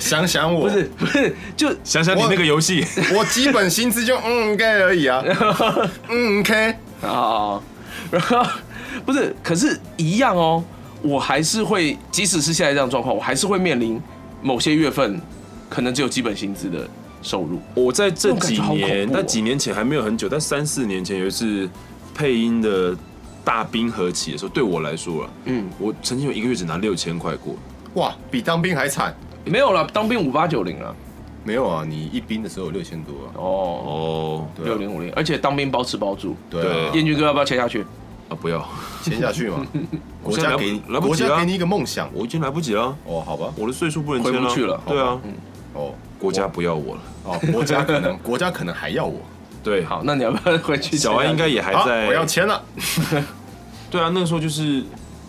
想想我，不是不是，就想想你那个游戏，我基本薪 资就嗯 K 而已啊，嗯 K。啊，然后不是，可是一样哦，我还是会，即使是现在这样的状况，我还是会面临某些月份可能只有基本薪资的收入。我在这那种感几觉好恐年，怖哦那几年前还没有很久，但三四年前有一次配音的大冰河期的时候，对我来说啊，嗯嗯，我曾经有一个月只拿六千块过，哇，比当兵还惨。没有了，当兵五八九零了，没有啊，你一兵的时候有六千多啊。哦，哦，六零五零，而且当兵包吃包住。对啊，燕军哥要不要签下去？啊不要，签下去 嘛。国现在家来给你，来不啊国及了家给你一个梦想。我已经来不及了，哦，好吧，我的岁数不能签回不去了嗯对啊，哦国家不要我了，哦，国家可 能国家可能还要我。对，好，那你要不要回去签下去？小安应该也还好，在，我要签了。对啊，那个时候就是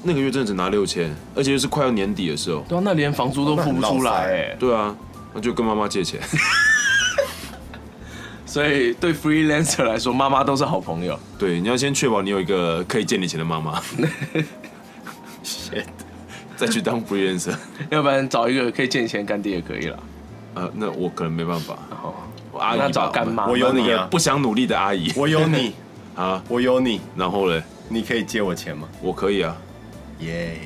那个月真的只拿六千，而且又是快要年底的时候，对啊，那连房租都付不出来、欸，对啊，那就跟妈妈借钱， 所以对 freelancer 来说，妈妈都是好朋友。对，你要先确保你有一个可以借你钱的妈妈， Shit 再去当 freelancer。要不然找一个可以借你钱的干爹也可以了。呃，那我可能没办法，哦，我阿姨吧那找干妈。我有我那你个啊，不想努力的阿姨我有 你，啊。我有你，然后嘞，你可以借我钱吗？我可以啊，耶，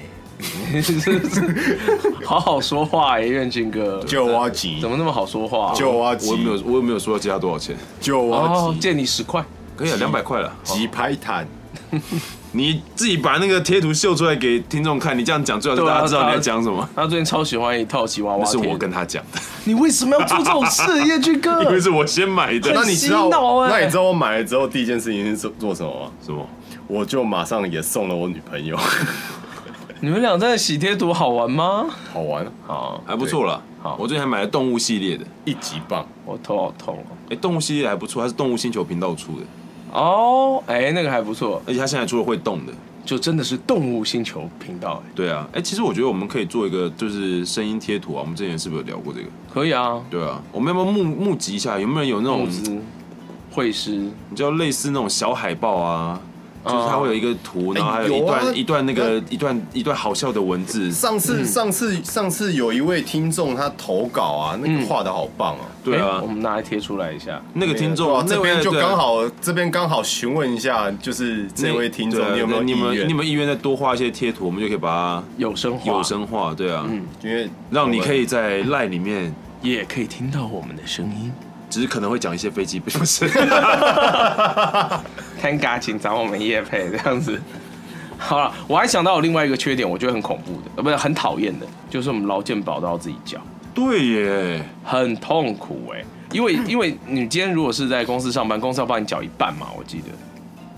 好好说话耶，燕军哥，救我急怎，么那么好说话、啊？救我我又没急，有，我又没有说要借他多少钱，救我哦，急，借你十块，可以啊，两百块了。急拍坦。你自己把那个贴图秀出来给听众看，你这样讲最好是对啊大家知道大你家在讲什么。他最近超喜欢一套吉娃那娃是贴。我跟他讲的，你为什么要做这种事，燕军 哥？因为是我先买的。那你知道洗脑，欸那你知道我买了之后第一件事情是做做什么吗？什么？我就马上也送了我女朋友， 你们俩在洗贴图好玩吗？好玩，啊好，还不错啦。好我最近还买了动物系列的，一级棒。我头好痛哦。哎，动物系列还不错，它是动物星球频道出的，哦，哎，那个还不错，而且它现在出了会动的。就真的是动物星球频道，哎对啊，哎，其实我觉得我们可以做一个就是声音贴图啊，我们之前是不是有聊过这个？可以啊。对啊，我们要不要募募集一下？有没有人有那募种资、会师，你知道类似那种小海报啊，就是它会有一个图，然后还有有一啊段、一段那个一段一段好笑的文字。上次、上次上次有一位听众他投稿啊，那个画的好棒啊。对哎啊我，们拿来贴出来一下。那个听对啊众那这位边就对啊刚好，这边刚好询问一下，就是那这位听众对啊，你有没有你意们愿你们意愿再多画一些贴图，我们就可以把有声它化，有声化，对啊，因为让你可我以在赖里面，也可以听到我们的声音。只是可能会讲一些飞机，不 是？尴尬，请找我们叶配这样子。 好了，我还想到有另外一个缺点，我觉得很恐怖的，呃，不是很讨厌的，就是我们劳健保都要自己交，对耶，很痛苦哎、因 为因为你今天如果是在公司上班，公司要帮你缴一半嘛，我记得。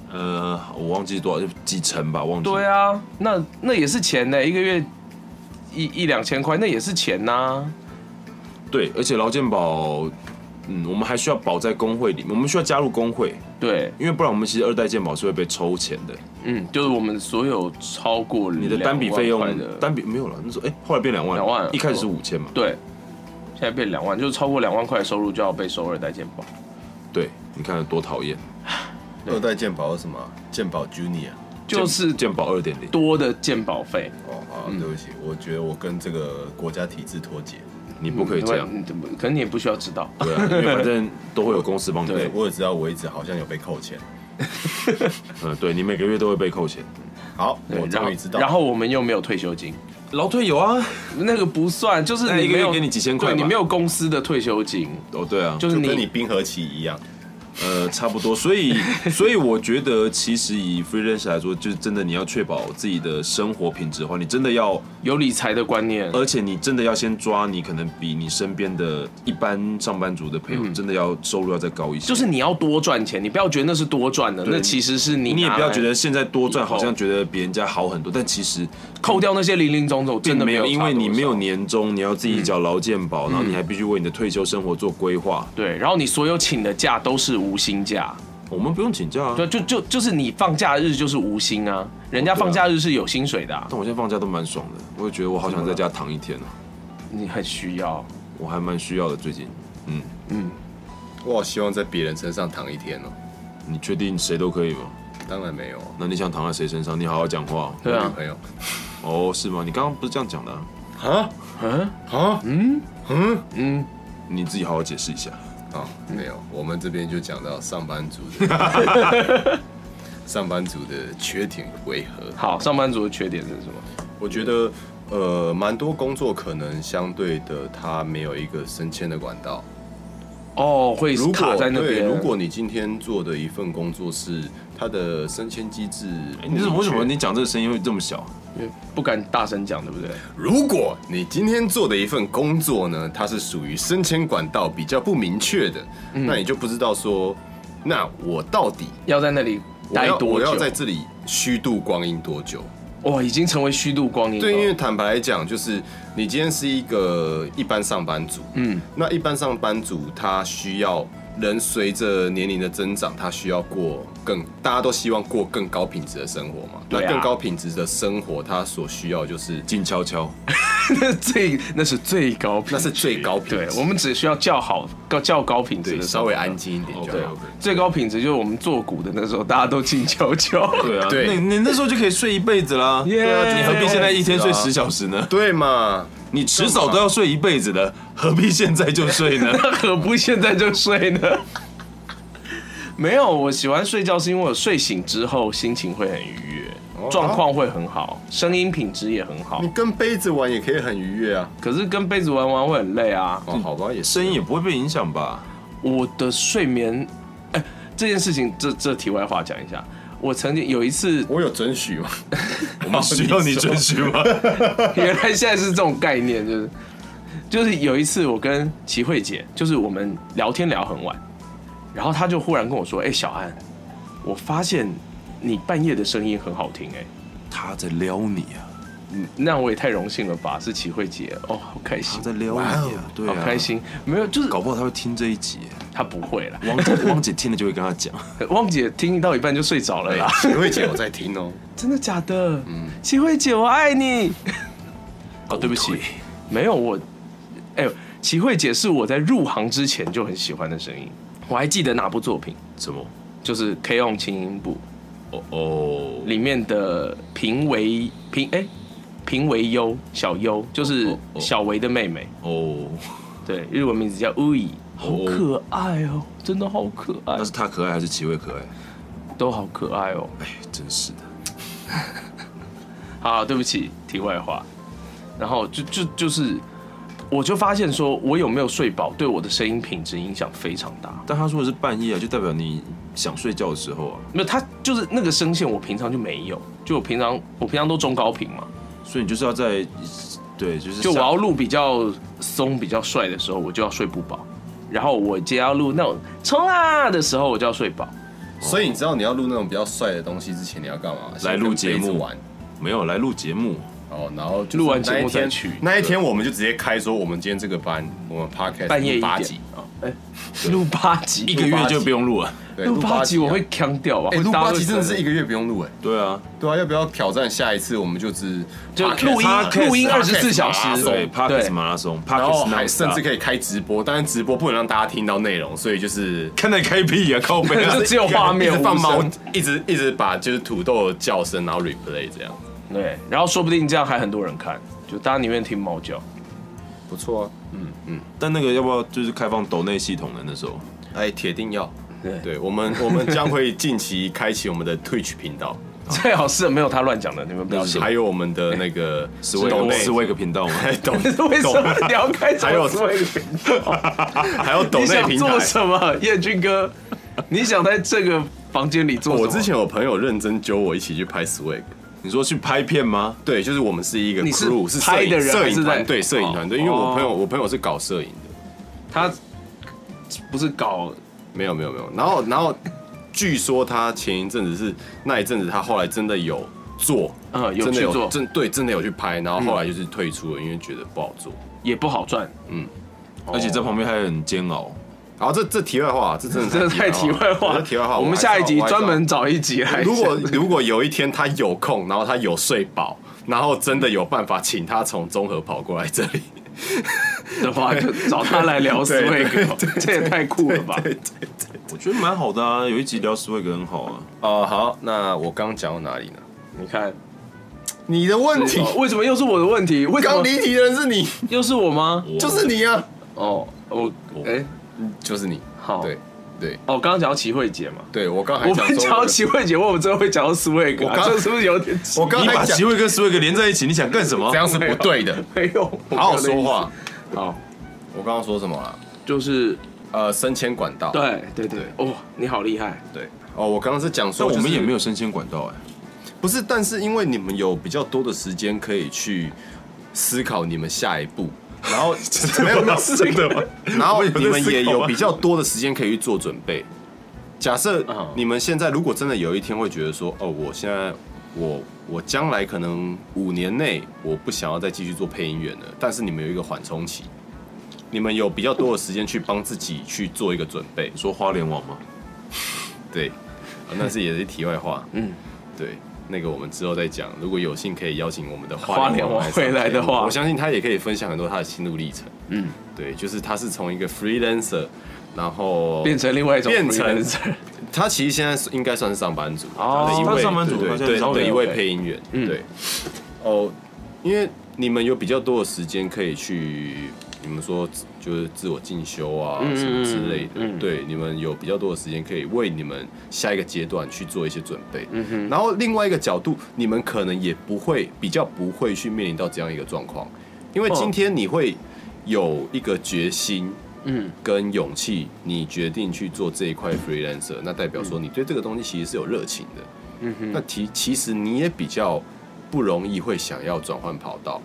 呃，我忘记多少几成吧，忘记。对啊，那那也是钱呢、一个月一一两千块，那也是钱呐、对，而且劳健保，嗯，我们还需要保在工会里面，我们需要加入工会，对，因为不然我们其实二代健保是会被抽钱的。嗯，就是我们所有超过你的单笔费2万块用的，单笔没有了，那时候哎、后来变两万，两万一开始是五千嘛，对，现在变两万，就是超过两万块的收入就要被收二代健保。对，你看多讨厌，们二代健保是什么啊？健保 Junior 就是健保二点零，多的鉴保费，哦啊，对不起，我觉得我跟这个国家体制脱 节。你不可以这样，嗯，对吧可能你也不需要知道。对啊， 因为反正都会有公司帮你嗯对背，我也知道，我一直好像有被扣钱。嗯，对你每个月都会被扣钱，好，对我然终后于知道。然后我们又没有退休金，劳退有啊，那个不算，就是那你一个没有月给你几千块对吧你没有公司的退休金，哦，对啊，就是就你跟你冰河期一样，呃，差不多，所以所以我觉得，其实以 freelance 来说，就是真的你要确保自己的生活品质的话，你真的要，有理财的观念，而且你真的要先抓你可能比你身边的一般上班族的朋友，真的要收入要再高一些。嗯就是你要多赚钱，你不要觉得那是多赚的，那其实是你你也拿不要来觉得现在多赚好以像后觉得比人家好很多，但其实扣掉那些零零总总，真并的没没有，差因为多你少嗯没有年终，你要自己缴劳健保，然后你还必须为你的退休生活做规划。对，然后你所有请的假都是无薪假，我们不用请假啊，对，就就就是你放假日就是无薪啊，人家放假日是有薪水的、啊，但我现在放假都蛮爽的，我也觉得我好想在家躺一天哦、你很需要。我还蛮需要的最近。我好希望在别人身上躺一天哦。你确定谁都可以吗？当然没有啊，那你想躺在谁身上？你好好讲话对我啊女，朋友哦，是吗？你刚刚不是这样讲的啊、啊嗯啊嗯，你自己好好解释一下。啊，没有，我们这边就讲到上班族的 上班族的缺点为何？好，上班族的缺点是什么？我觉得呃，蛮多工作可能相对的，它没有一个升迁的管道。哦，会如卡果在那对，边。如果你今天做的一份工作是它的升迁机制不哎明确，你怎么为什么你讲这个声音会这么小？因为不敢大声讲，对不对？如果你今天做的一份工作呢，它是属于升迁管道比较不明确的，嗯那你就不知道说，那我到底要在那里我待要多我要久？哦在这里虚度光阴多久？哇，已经成为虚度光阴了。对，因为坦白来讲，就是你今天是一个一般上班族，嗯，那一般上班族他需要人随着年龄的增长，他需要过更大家都希望过更高品质的生活嘛。对啊那更高品质的生活，他所需要就是静悄悄，那 最那是最高品质，那是最高品质对，我们只需要较好、较较高品质对的，稍微安静。静一点就对 OK，OK 好。最高品质就是我们做股的那时候，大家都静悄悄。 对啊，对你你那时候就可以睡一辈子啦。耶对啊，你何必现在一天睡是啊十小时呢？对嘛？你迟早都要睡一辈子的，何必现在就睡呢？那何不现在就睡呢？ 没有，我喜欢睡觉是因为我睡醒之后心情会很愉悦，状况会很好，声音品质也很好哦你。跟杯子玩也可以很愉悦啊。可是跟杯子玩玩会很累啊。哦，好吧，也是声音也不会被影响吧？我的睡眠，哎，这件事情，这这题外话讲一下。我曾经有一次，我有准许哦吗？我们需要你准许吗？原来现在是这种概念，就是就是有一次我跟齐慧姐，就是我们聊天聊很晚，然后她就忽然跟我说：“哎、小安，我发现你半夜的声音很好听、哎。”他在撩你啊，那我也太荣幸了吧，是齐慧姐哦，好开心他，在撩你啊，对好啊，开。心。没有，就是搞不好他会听这一集耶，她不会啦，汪姐 汪姐听了就会跟他讲，汪姐听到一半就睡着了啦，徐慧姐我在听哦。真的假的？齐慧姐，我爱你。哦，对不起，没有我，哎呦，齐慧姐是我在入行之前就很喜欢的声音，我还记得哪部作品，什么？就是 K on 轻音部哦哦，里面的平为平哎、平为优小优，就是哦哦小维的妹妹。哦，对，日文名字叫乌伊，好哦可爱哦，真的好可爱那，是他可爱还是齐慧可爱？都好可爱哦。哎，真是的，啊好，对不起，题外话。然后就就就是，我就发现说我有没有睡饱，对我的声音品质影响非常大。但他说的是半夜啊，就代表你想睡觉的时候啊，没有，它就是那个声线，我平常就没有，就我平常我平常都中高频嘛，所以你就是要在，对，就是就我下要录比较松、比较帅的时候，我就要睡不饱。然后我今天要录那种冲啊的时候，我就要睡饱。所以你知道你要录那种比较帅的东西之前，你要干嘛？先录跟节杯子目玩。没有来录节目，哦，然后就是录完节那一目再天去那一天我们就直接开说，我们今天这个班，我们 podcast 半夜一哎录八点哎 集啊，录八 集，一个月就不用录了。对录八集啊我会腔掉啊，哎，会录大家八会集真的觉得是一个月不用录哎。对啊，对啊，要不要挑战下一次我们就只就 podcast 录音啊录音 podcast 啊24小时马拉松对 p a r k e s 对马拉松 p a r 然 k e 后 s 还甚啊至可以开直播，但是直播不能让大家听到内容，所 以就是看那开屁呀，靠 背啊就，只有画面一直放无猫声，一直一直把就是土豆的叫声，然后 replay 这样。对，然后说不定这样还很多人看，就大家宁愿听猫叫。不错啊。但那个要不要就是开放抖内系统的那时候？哎，铁定要。对对我 们，我们将会近期开启我们的 Twitch 频道， 最好是没有他乱讲的，你们不要信。还有我们的那哎个十位抖个内哎十位个频 道吗？抖 为什么你要开还有这么一个频道？ 还有抖你内想平做台。什么，彦军 哥？你想在这个房间里做什么？我之前有朋友认真揪我一起去拍 swag，你说去拍片吗？对，就是我们是一个你是 crew，是摄拍的影人摄还是在影团队，摄影团队，因为哦我朋友我朋友是搞摄影的，他不是搞没有没有没有，然后然后据说他前一阵子是那一阵子，他后来真的有做，嗯有真的去做有真对真的有去拍，然后后来就是退出了，因为觉得不好做。也不好赚，哎哦而且在旁边还很煎熬。然后这这题外话，这真 的真的太题外话。这题外话。我们还是下一集我还是专门找一集来讲。如果如果有一天他有空，然后他有睡饱，然后真的有办法请他从综合跑过来这 里，的话，就找他来聊 s 对 w 对 a 这也太酷了吧！我觉得蛮好的啊，有一集聊十位个很好啊。哦、好，那我刚讲到哪里呢？你 看，你的问题，哦为什么又是我的问题？为什刚么离题的人是你，又是我吗？就是你啊，哦，我哎，就是你。好，对对哦，刚刚讲到齐慧姐嘛，对，我刚我还讲们讲到说齐慧姐，我们最后会讲到 swag，我啊刚这是不是有点奇啊我，我刚你才把讲席位跟十位个连在一起，你想干什么这？样是不对的，没有？好好我没有那说意思，话。好，我刚刚说什么了？就是呃，升迁管道。对对对对，哦，你好厉害，对哦，我刚刚是讲说但，我们也没有有升迁管道哎。不是，但是因为你们有比较多的时间可以去思考你们下一步，然后没有没有， 真 的吗？ 然后你们也我有在思考啊有吗比较多的时间可以去做准备。假设嗯你们现在如果真的有一天会觉得说，哦，我现在我我将来可能五年内我不想要再继续做配音员了，但是你们有一个缓冲期，你们有比较多的时间去帮自己去做一个准备你。说花莲网吗？对，啊那是也是题外话。嗯，对，那个我们之后再讲。如果有幸可以邀请我们的花花莲莲王王回来的话我相信他也可以分享很多他的心路历程。嗯，对，就是他是从一个 freelancer，然后哦变成另外一种变成 freelancer 他其实现在是应该算是上班族，哦他的一他位是上班族对他现在对是上对班族的一位 OK 配音员，嗯对，哦，因为你们有比较多的时间可以去，你们说就是自我进修啊嗯什么之类的，嗯嗯对，你们有比较多的时间可以为你们下一个阶段去做一些准备，嗯然后另外一个角度，你们可能也不会比较不会去面临到这样一个状况，因为今天你会有一个决心，嗯，跟勇气，你决定去做这一块 freelancer，那代表嗯说你对这个东西其实是有热情的。嗯哼，那其其实你也比较不容易会想要转换跑道。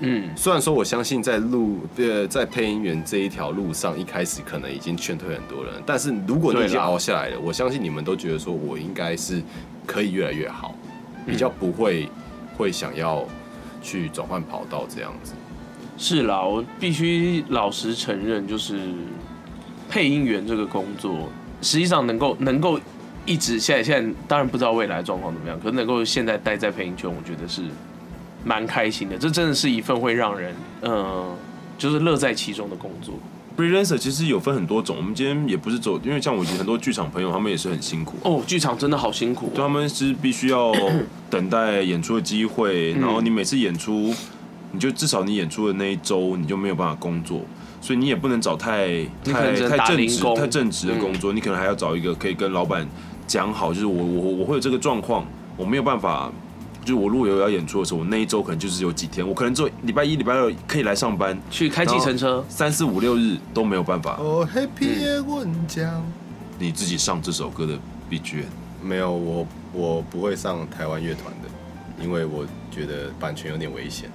嗯，虽然说我相信在路呃在配音员这一条路上，一开始可能已经劝退很多人，但是如果你已对经啦熬下来了，我相信你们都觉得说我应该是可以越来越好，嗯比较不会会想要去转换跑道这样子。是啦，我必须老实承认，就是配音员这个工作，实际上能够能够一直现在现在当然不知道未来状况怎么样，可是能够现在待在配音圈，我觉得是蛮开心的。这真的是一份会让人呃，就是乐在其中的工作。 freelancer 其实有分很多种，我们今天也不是走，因为像我以前很多剧场朋友，他们也是很辛苦，哦，剧场真的好辛苦、哦。对他们是必须 要等待演出的机会，嗯然后你每次演出，你就至少你演出的那一周，你就没有办法工作，所以你也不能找太你可能太只能太打正零职工嗯太正职的工作，你可能还要找一个可以跟老板讲好，就是我我我会有这个状况，我没有办法。就是我如果有要演出的时候，我那一周可能就是有几天，我可能只有礼拜一、礼拜二可以来上班，去开计程车，三四五六日都没有办法。哦，Happy 也问讲。你自己上这首歌的 BGM，嗯没有，我我不会上台湾乐团的，因为我觉得版权有点危险。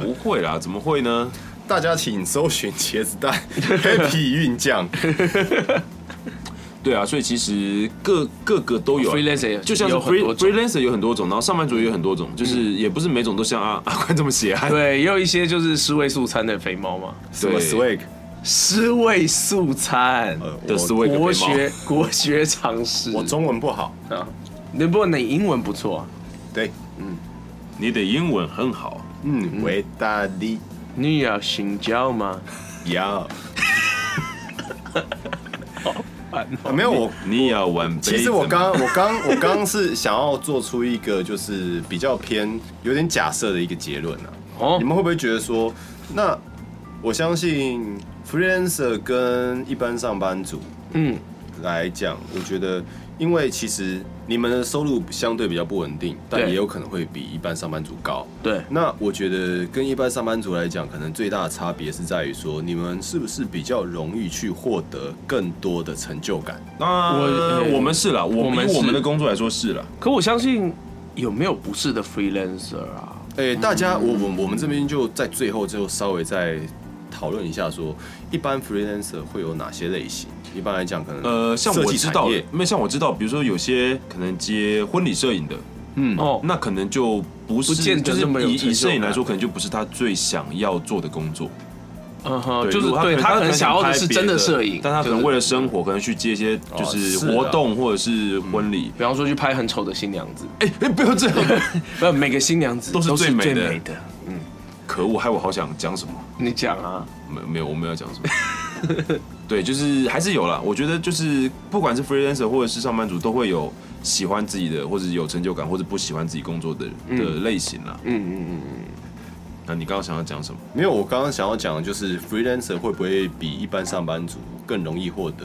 不会啦，怎么会呢？大家请搜寻茄子 蛋 Happy 运酱，对啊，所以其实各各个都有啊。 freelancer 也就像是有很 free 多种 freelancer 有很多种，嗯然后上班族也有很多种，就是也不是每种都像阿阿宽这么写 啊。对，也有一些就是尸位素餐的肥猫嘛，什么 swag 尸位素餐，呃的我 swag 国肥猫学国学常识。我中文不好，啊，你不过你英文不错啊、对，你的英文很好，嗯，维大利你有行教吗？要。办哦。啊没有我。你也要玩杯子吗？其实我刚我刚我刚是想要做出一个就是比较偏有点假设的一个结论啊。哦你们会不会觉得说，那我相信 freelancer 跟一般上班族嗯，来讲，我觉得，因为其实你们的收入相对比较不稳定，但对也有可能会比一般上班族高。对，那我觉得跟一般上班族来讲，可能最大的差别是在于说，你们是不是比较容易去获得更多的成就感？我那啊我们是啦，我我们们是以我们的工作来说是啦，可我相信有没有不是的 freelancer 啊？诶、大家，我我我们这边就在最后就稍微再讨论一下说一般 freelancer 会有哪些类型？一般来讲，可能呃，像设我计知产道业的，没有像我知道，比如说有些可能接婚礼摄影的，哦，那可能就不是，不见得就是那么有以成就以摄影来感说，可能就不是他最想要做的工作。嗯哼，就是如果对他他可能想要的拍是别真的摄影，但他可能为了生活，可能去接一些哦就是是啊活动或者是婚礼。比方说去拍很丑的新娘子，哎哎，不要这样！不，每个新娘子都是最最美的美的。 可恶，害我好想讲什么。你讲啊，没没有，我没有要讲什 么。对，就是还是有啦。我觉得就是不管是 freelancer 或者是上班族，都会有喜欢自己的，或者有成就感，或者不喜欢自己工作的的类型啦。嗯嗯嗯嗯。那你刚刚想要讲什么？没有，我刚刚想要讲的就是 freelancer 会不会比一般上班族更容易获得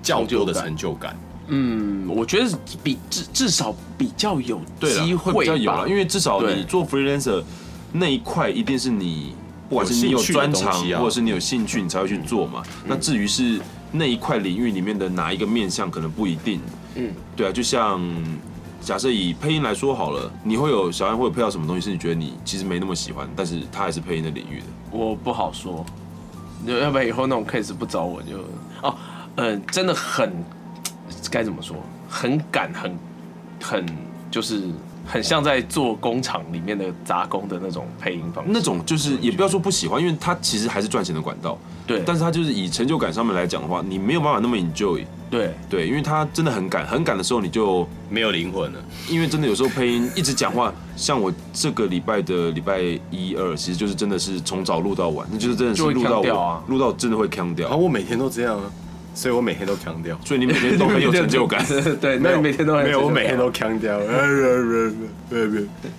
较多的成就感？嗯，我觉得比至至少比较有对啦机会比较有吧啦，，因为至少对你做 freelancer 那一块，一定是你不管是你有有兴趣的专东长，西啊或者是你有兴趣，你才会去做嘛。那至于是那一块领域里面的哪一个面向，可能不一定。嗯嗯，对啊，就像假设以配音来说好了，你会有小安会有配到什么东西是你觉得你其实没那么喜欢，但是它还是配音的领域的。我不好说，要要不然以后那种 case 不找我就哦，呃，真的很该怎么说，很赶，很很就是很像在做工厂里面的杂工的那种配音方式。那种就是也不要说不喜欢，因为它其实还是赚钱的管道，对，但是它就是以成就感上面来讲的话，你没有办法那么 enjoy。对对，因为它真的很赶，很赶的时候你就没有灵魂了，因为真的有时候配音一直讲话，像我这个礼拜的礼拜一二，其实就是真的是从早录到晚，那就是真的是就会录到呛掉我啊录到真的会腔然后掉。我每天都这样啊，所以我每天都强调。所以你每天都很有成 就感，对，那你每天都很没有，我成就感每天都强调。哎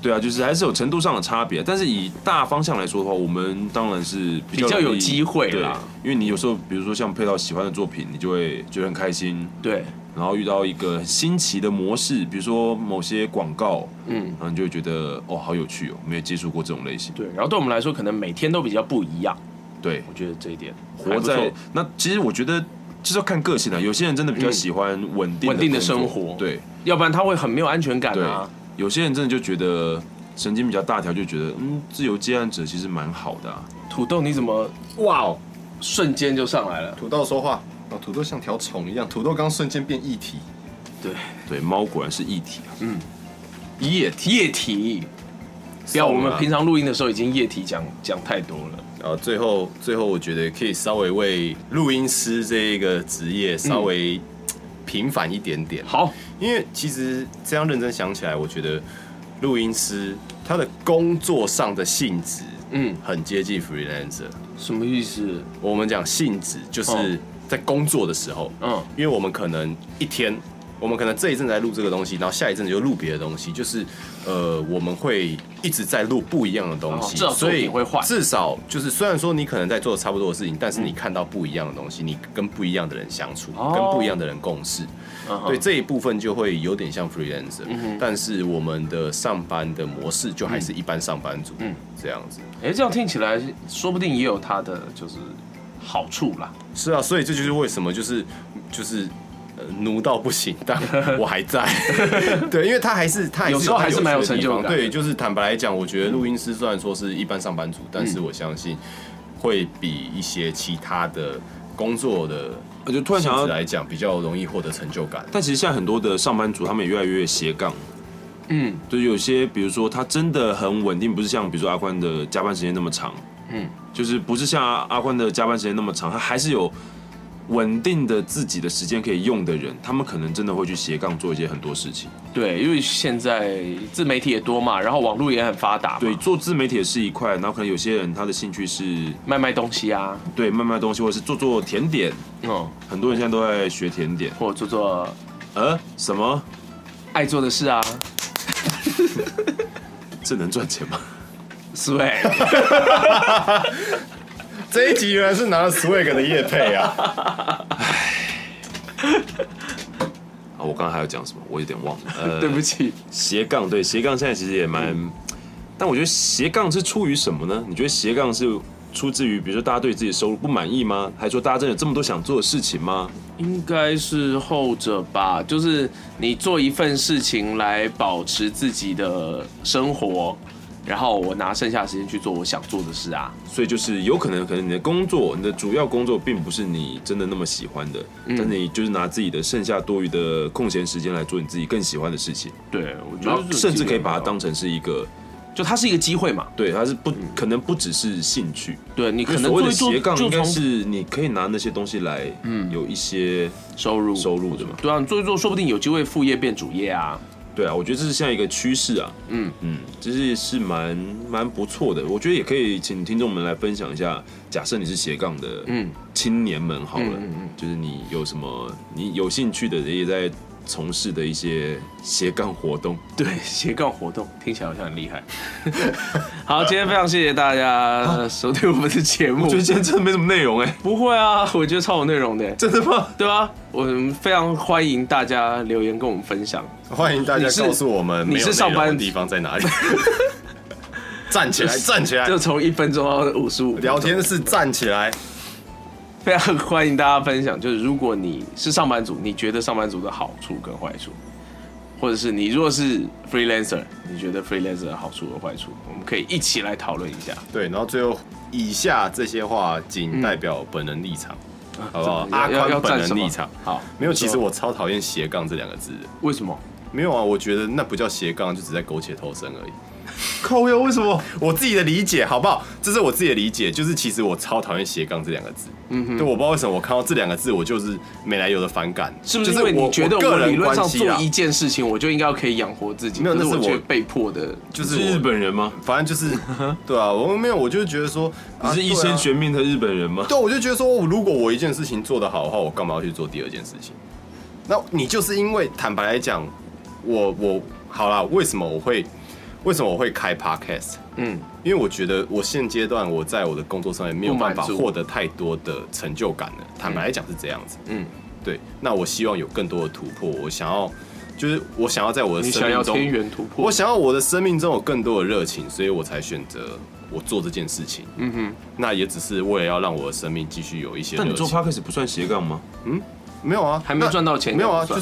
对啊，就是还是有程度上的差别，但是以大方向来说的话，我们当然是比较比较有容易机会对啦，因为你有时候比如说像配到喜欢的作品，你就会觉得很开心，对，然后遇到一个新奇的模式，比如说某些广告，嗯，然后你就会觉得哦好有趣哦，没有接触过这种类型，对，然后对我们来说，可能每天都比较不一样，对，我觉得这一点还活不错在那，其实我觉得就是要看个性啊的。有些人真的比较喜欢稳定嗯稳定的工作生活对要不然他会很没有安全感对啊。。有些人真的就觉得神经比较大条，就觉得嗯，自由接案者其实蛮好的啊。土豆你怎么哇哦，瞬间就上来了？土豆说话，哦，土豆像条虫一样，土豆刚瞬间变一体。对，对，猫果然是一体啊。液体液体，不要我们平常录音的时候已经液体讲讲太多了。然后哦最后，最后我觉得可以稍微为录音师这一个职业稍微嘖平反一点点。好，因为其实这样认真想起来，我觉得录音师他的工作上的性质，嗯嗯，很接近 freelancer。什么意思？我们讲性质，就哦是在工作的时候，嗯因为我们可能一天，我们可能这一阵子在录这个东西，然后下一阵子就录别的东西，就是呃，我们会一直在录不一样的东哦西，至少作所品以会换至少就是虽然说你可能在做差不多的事情，但是你看到不一样的东西，你跟不一样的人相处，嗯哦跟不一样的人共事，嗯哼嗯对这一部分就会有点像 freelancer，、但是我们的上班的模式就还是一般上班族，嗯这样子。哎、这样听起来说不定也有它的就是好处啦。是啊，所以这就是为什么就是就是。呃奴到不行，但我还在。 对，因为他还是他还是有时候还是蛮有成就感他有趣的地方对，就是坦白来讲，我觉得录音师虽然说是一般上班族，但是我相信会比一些其他的工作的我就突然性想质要，来讲，比较容易获得成就感。但其实现在很多的上班族他们也越来越斜杠。嗯，就是有些，比如说他真的很稳定，不是像比如说阿宽的加班时间那么长，嗯，就是不是像阿阿宽的加班时间那么长，他还是有稳定的自己的时间可以用的人，他们可能真的会去斜杠做一些很多事情。对，因为现在自媒体也多嘛，然后网络也很发达嘛，对，做自媒体也是一块，然后可能有些人他的兴趣是卖卖东西啊，对卖卖东西，或者是做做甜点，嗯，很多人现在都在学甜点。或者做做呃，什么？爱做的事啊，这能赚钱吗？是呗？这一集原来是拿了 Swag 的叶配啊！啊，我刚刚还要讲什么？我有点忘了。呃， 对不起，斜杠，对斜杠，现在其实也蛮，嗯但我觉得斜杠是出于什么呢？你觉得斜杠是出自于，比如说大家对自己的收入不满意吗？还是说大家真的有这么多想做的事情吗？应该是后者吧，就是你做一份事情来保持自己的生活，然后我拿剩下的时间去做我想做的事啊。所以就是有可能，可能你的工作，你的主要工作并不是你真的那么喜欢的，嗯但你就是拿自己的剩下多余的空闲时间来做你自己更喜欢的事情，对，我觉然后得甚至可以把哦它当成是一个，就它是一个机会嘛，对，它是不可能不只是兴趣，对你嗯因可为能所谓做的一做斜杠就应该从是你可以拿那些东西来，嗯，有一些收入收入的嘛。对啊，你做一做，说不定有机会副业变主业啊。对啊，我觉得这是现在一个趋势啊，嗯嗯，这是是蛮蛮不错的。我觉得也可以请听众们来分享一下，假设你是斜杠的，嗯，青年们好了，就是你有什么你有兴趣的，也在从事的一些斜杠活动。对，斜杠活动听起来好像很厉害。 好，今天非常谢谢大家收听我们的节目我觉。得今天真的没什么内容哎、不会啊，我觉得超有内容的，真的吗？对啊，我们非常欢迎大家留言跟我们分享。欢迎大家你是告诉我们你是没有内容上班的地方在哪里。站起来，站起来！ 就从一分钟到五十五，聊天室站起来，非常欢迎大家分享。就是如果你是上班族，你觉得上班族的好处跟坏处，或者是你如果是 freelancer，你觉得 freelancer 的好处和坏处，我们可以一起来讨论一下。对，然后最后以下这些话仅代表本人立场，好不好？嗯要阿要要宽本站人什么立场。好，没有，其实说我超讨厌斜杠这两个字的。为什么？没有啊，我觉得那不叫斜杠，就只在苟且偷生而已。靠呀，为什么？我自己的理解好不好？这是我自己的理解，就是其实我超讨厌斜杠这两个字。嗯哼，对，我不知道为什么我看到这两个字，我就是没来由的反感。是不是就因为我你觉得我个理人论上关做系啊？一件事情，我就应该可以养活自己？没有可那是是觉得我被迫的。就是是日我，本人吗？反正就是，对啊，我没有，我就是觉得说，你啊是一对啊生悬命的日本人吗？对，啊我就觉得说，如果我一件事情做得好的话，我干嘛要去做第二件事情？那你就是因为坦白来讲，我我好啦，为什么我会为什么我会开 podcast？嗯，因为我觉得我现阶段我在我的工作上面没有办法不满足获得太多的成就感了。坦白来讲是这样子，嗯，对。那我希望有更多的突破，我想要就是我想要在我的你生想命要中天元突破？我想要我的生命中有更多的热情，所以我才选择我做这件事情。嗯哼，那也只是为了要让我的生命继续有一些热但情。你做 podcast 不算斜杠吗？没有啊？还没那赚到钱没有啊？也不就算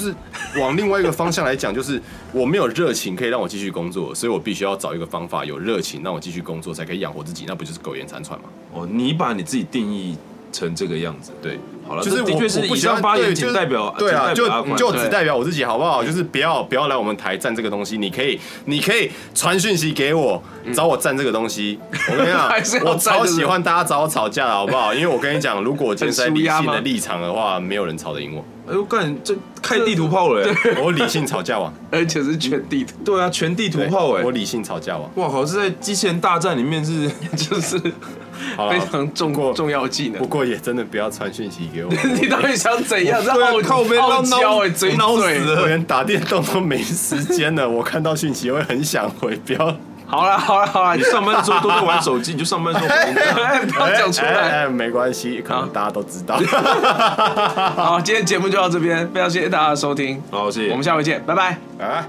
是往另外一个方向来讲，就是我没有热情可以让我继续工作，所以我必须要找一个方法有热情让我继续工作，才可以养活自己。那不就是苟延残喘吗？哦，你把你自己定义成这个样子，对。好了，就是这我的确我是不以喜欢上发言对仅就是代表对啊，仅就代表阿宽嗯就对只代表我自己好不好？就是不要不要来我们台站这个东西，你可以你可以传讯息给我，嗯找我站这个东 西。我跟你还是讲，要我站超对不对喜欢大家找我吵架的好不好？因为我跟你讲，如果我今天是在很舒理压性吗的立场的话，没有人吵得 赢我。哎呦，干这开地图炮了、欸！我理性吵架王，而且是全地图，对啊，全地图炮哎、我理性吵架王。哇靠，是在机器人大战里面是就是好啦非常重不过重要技能不。过也真的不要传讯息 给我，你到底想怎样？这对啊傲靠背傲闹娇哎，闹嘴闹死嘴。了我连打电动都没时间了。我看到讯息会很想回，不 要好啦好啦好啦，你啊你上班的时候都在玩手机，你就上班的时候玩不要讲出哎哎来。哎没关系，可啊能大家都知道。好，今天节目就到这边，非常谢谢大家的收听，好，谢谢我们下回见，拜拜。啊。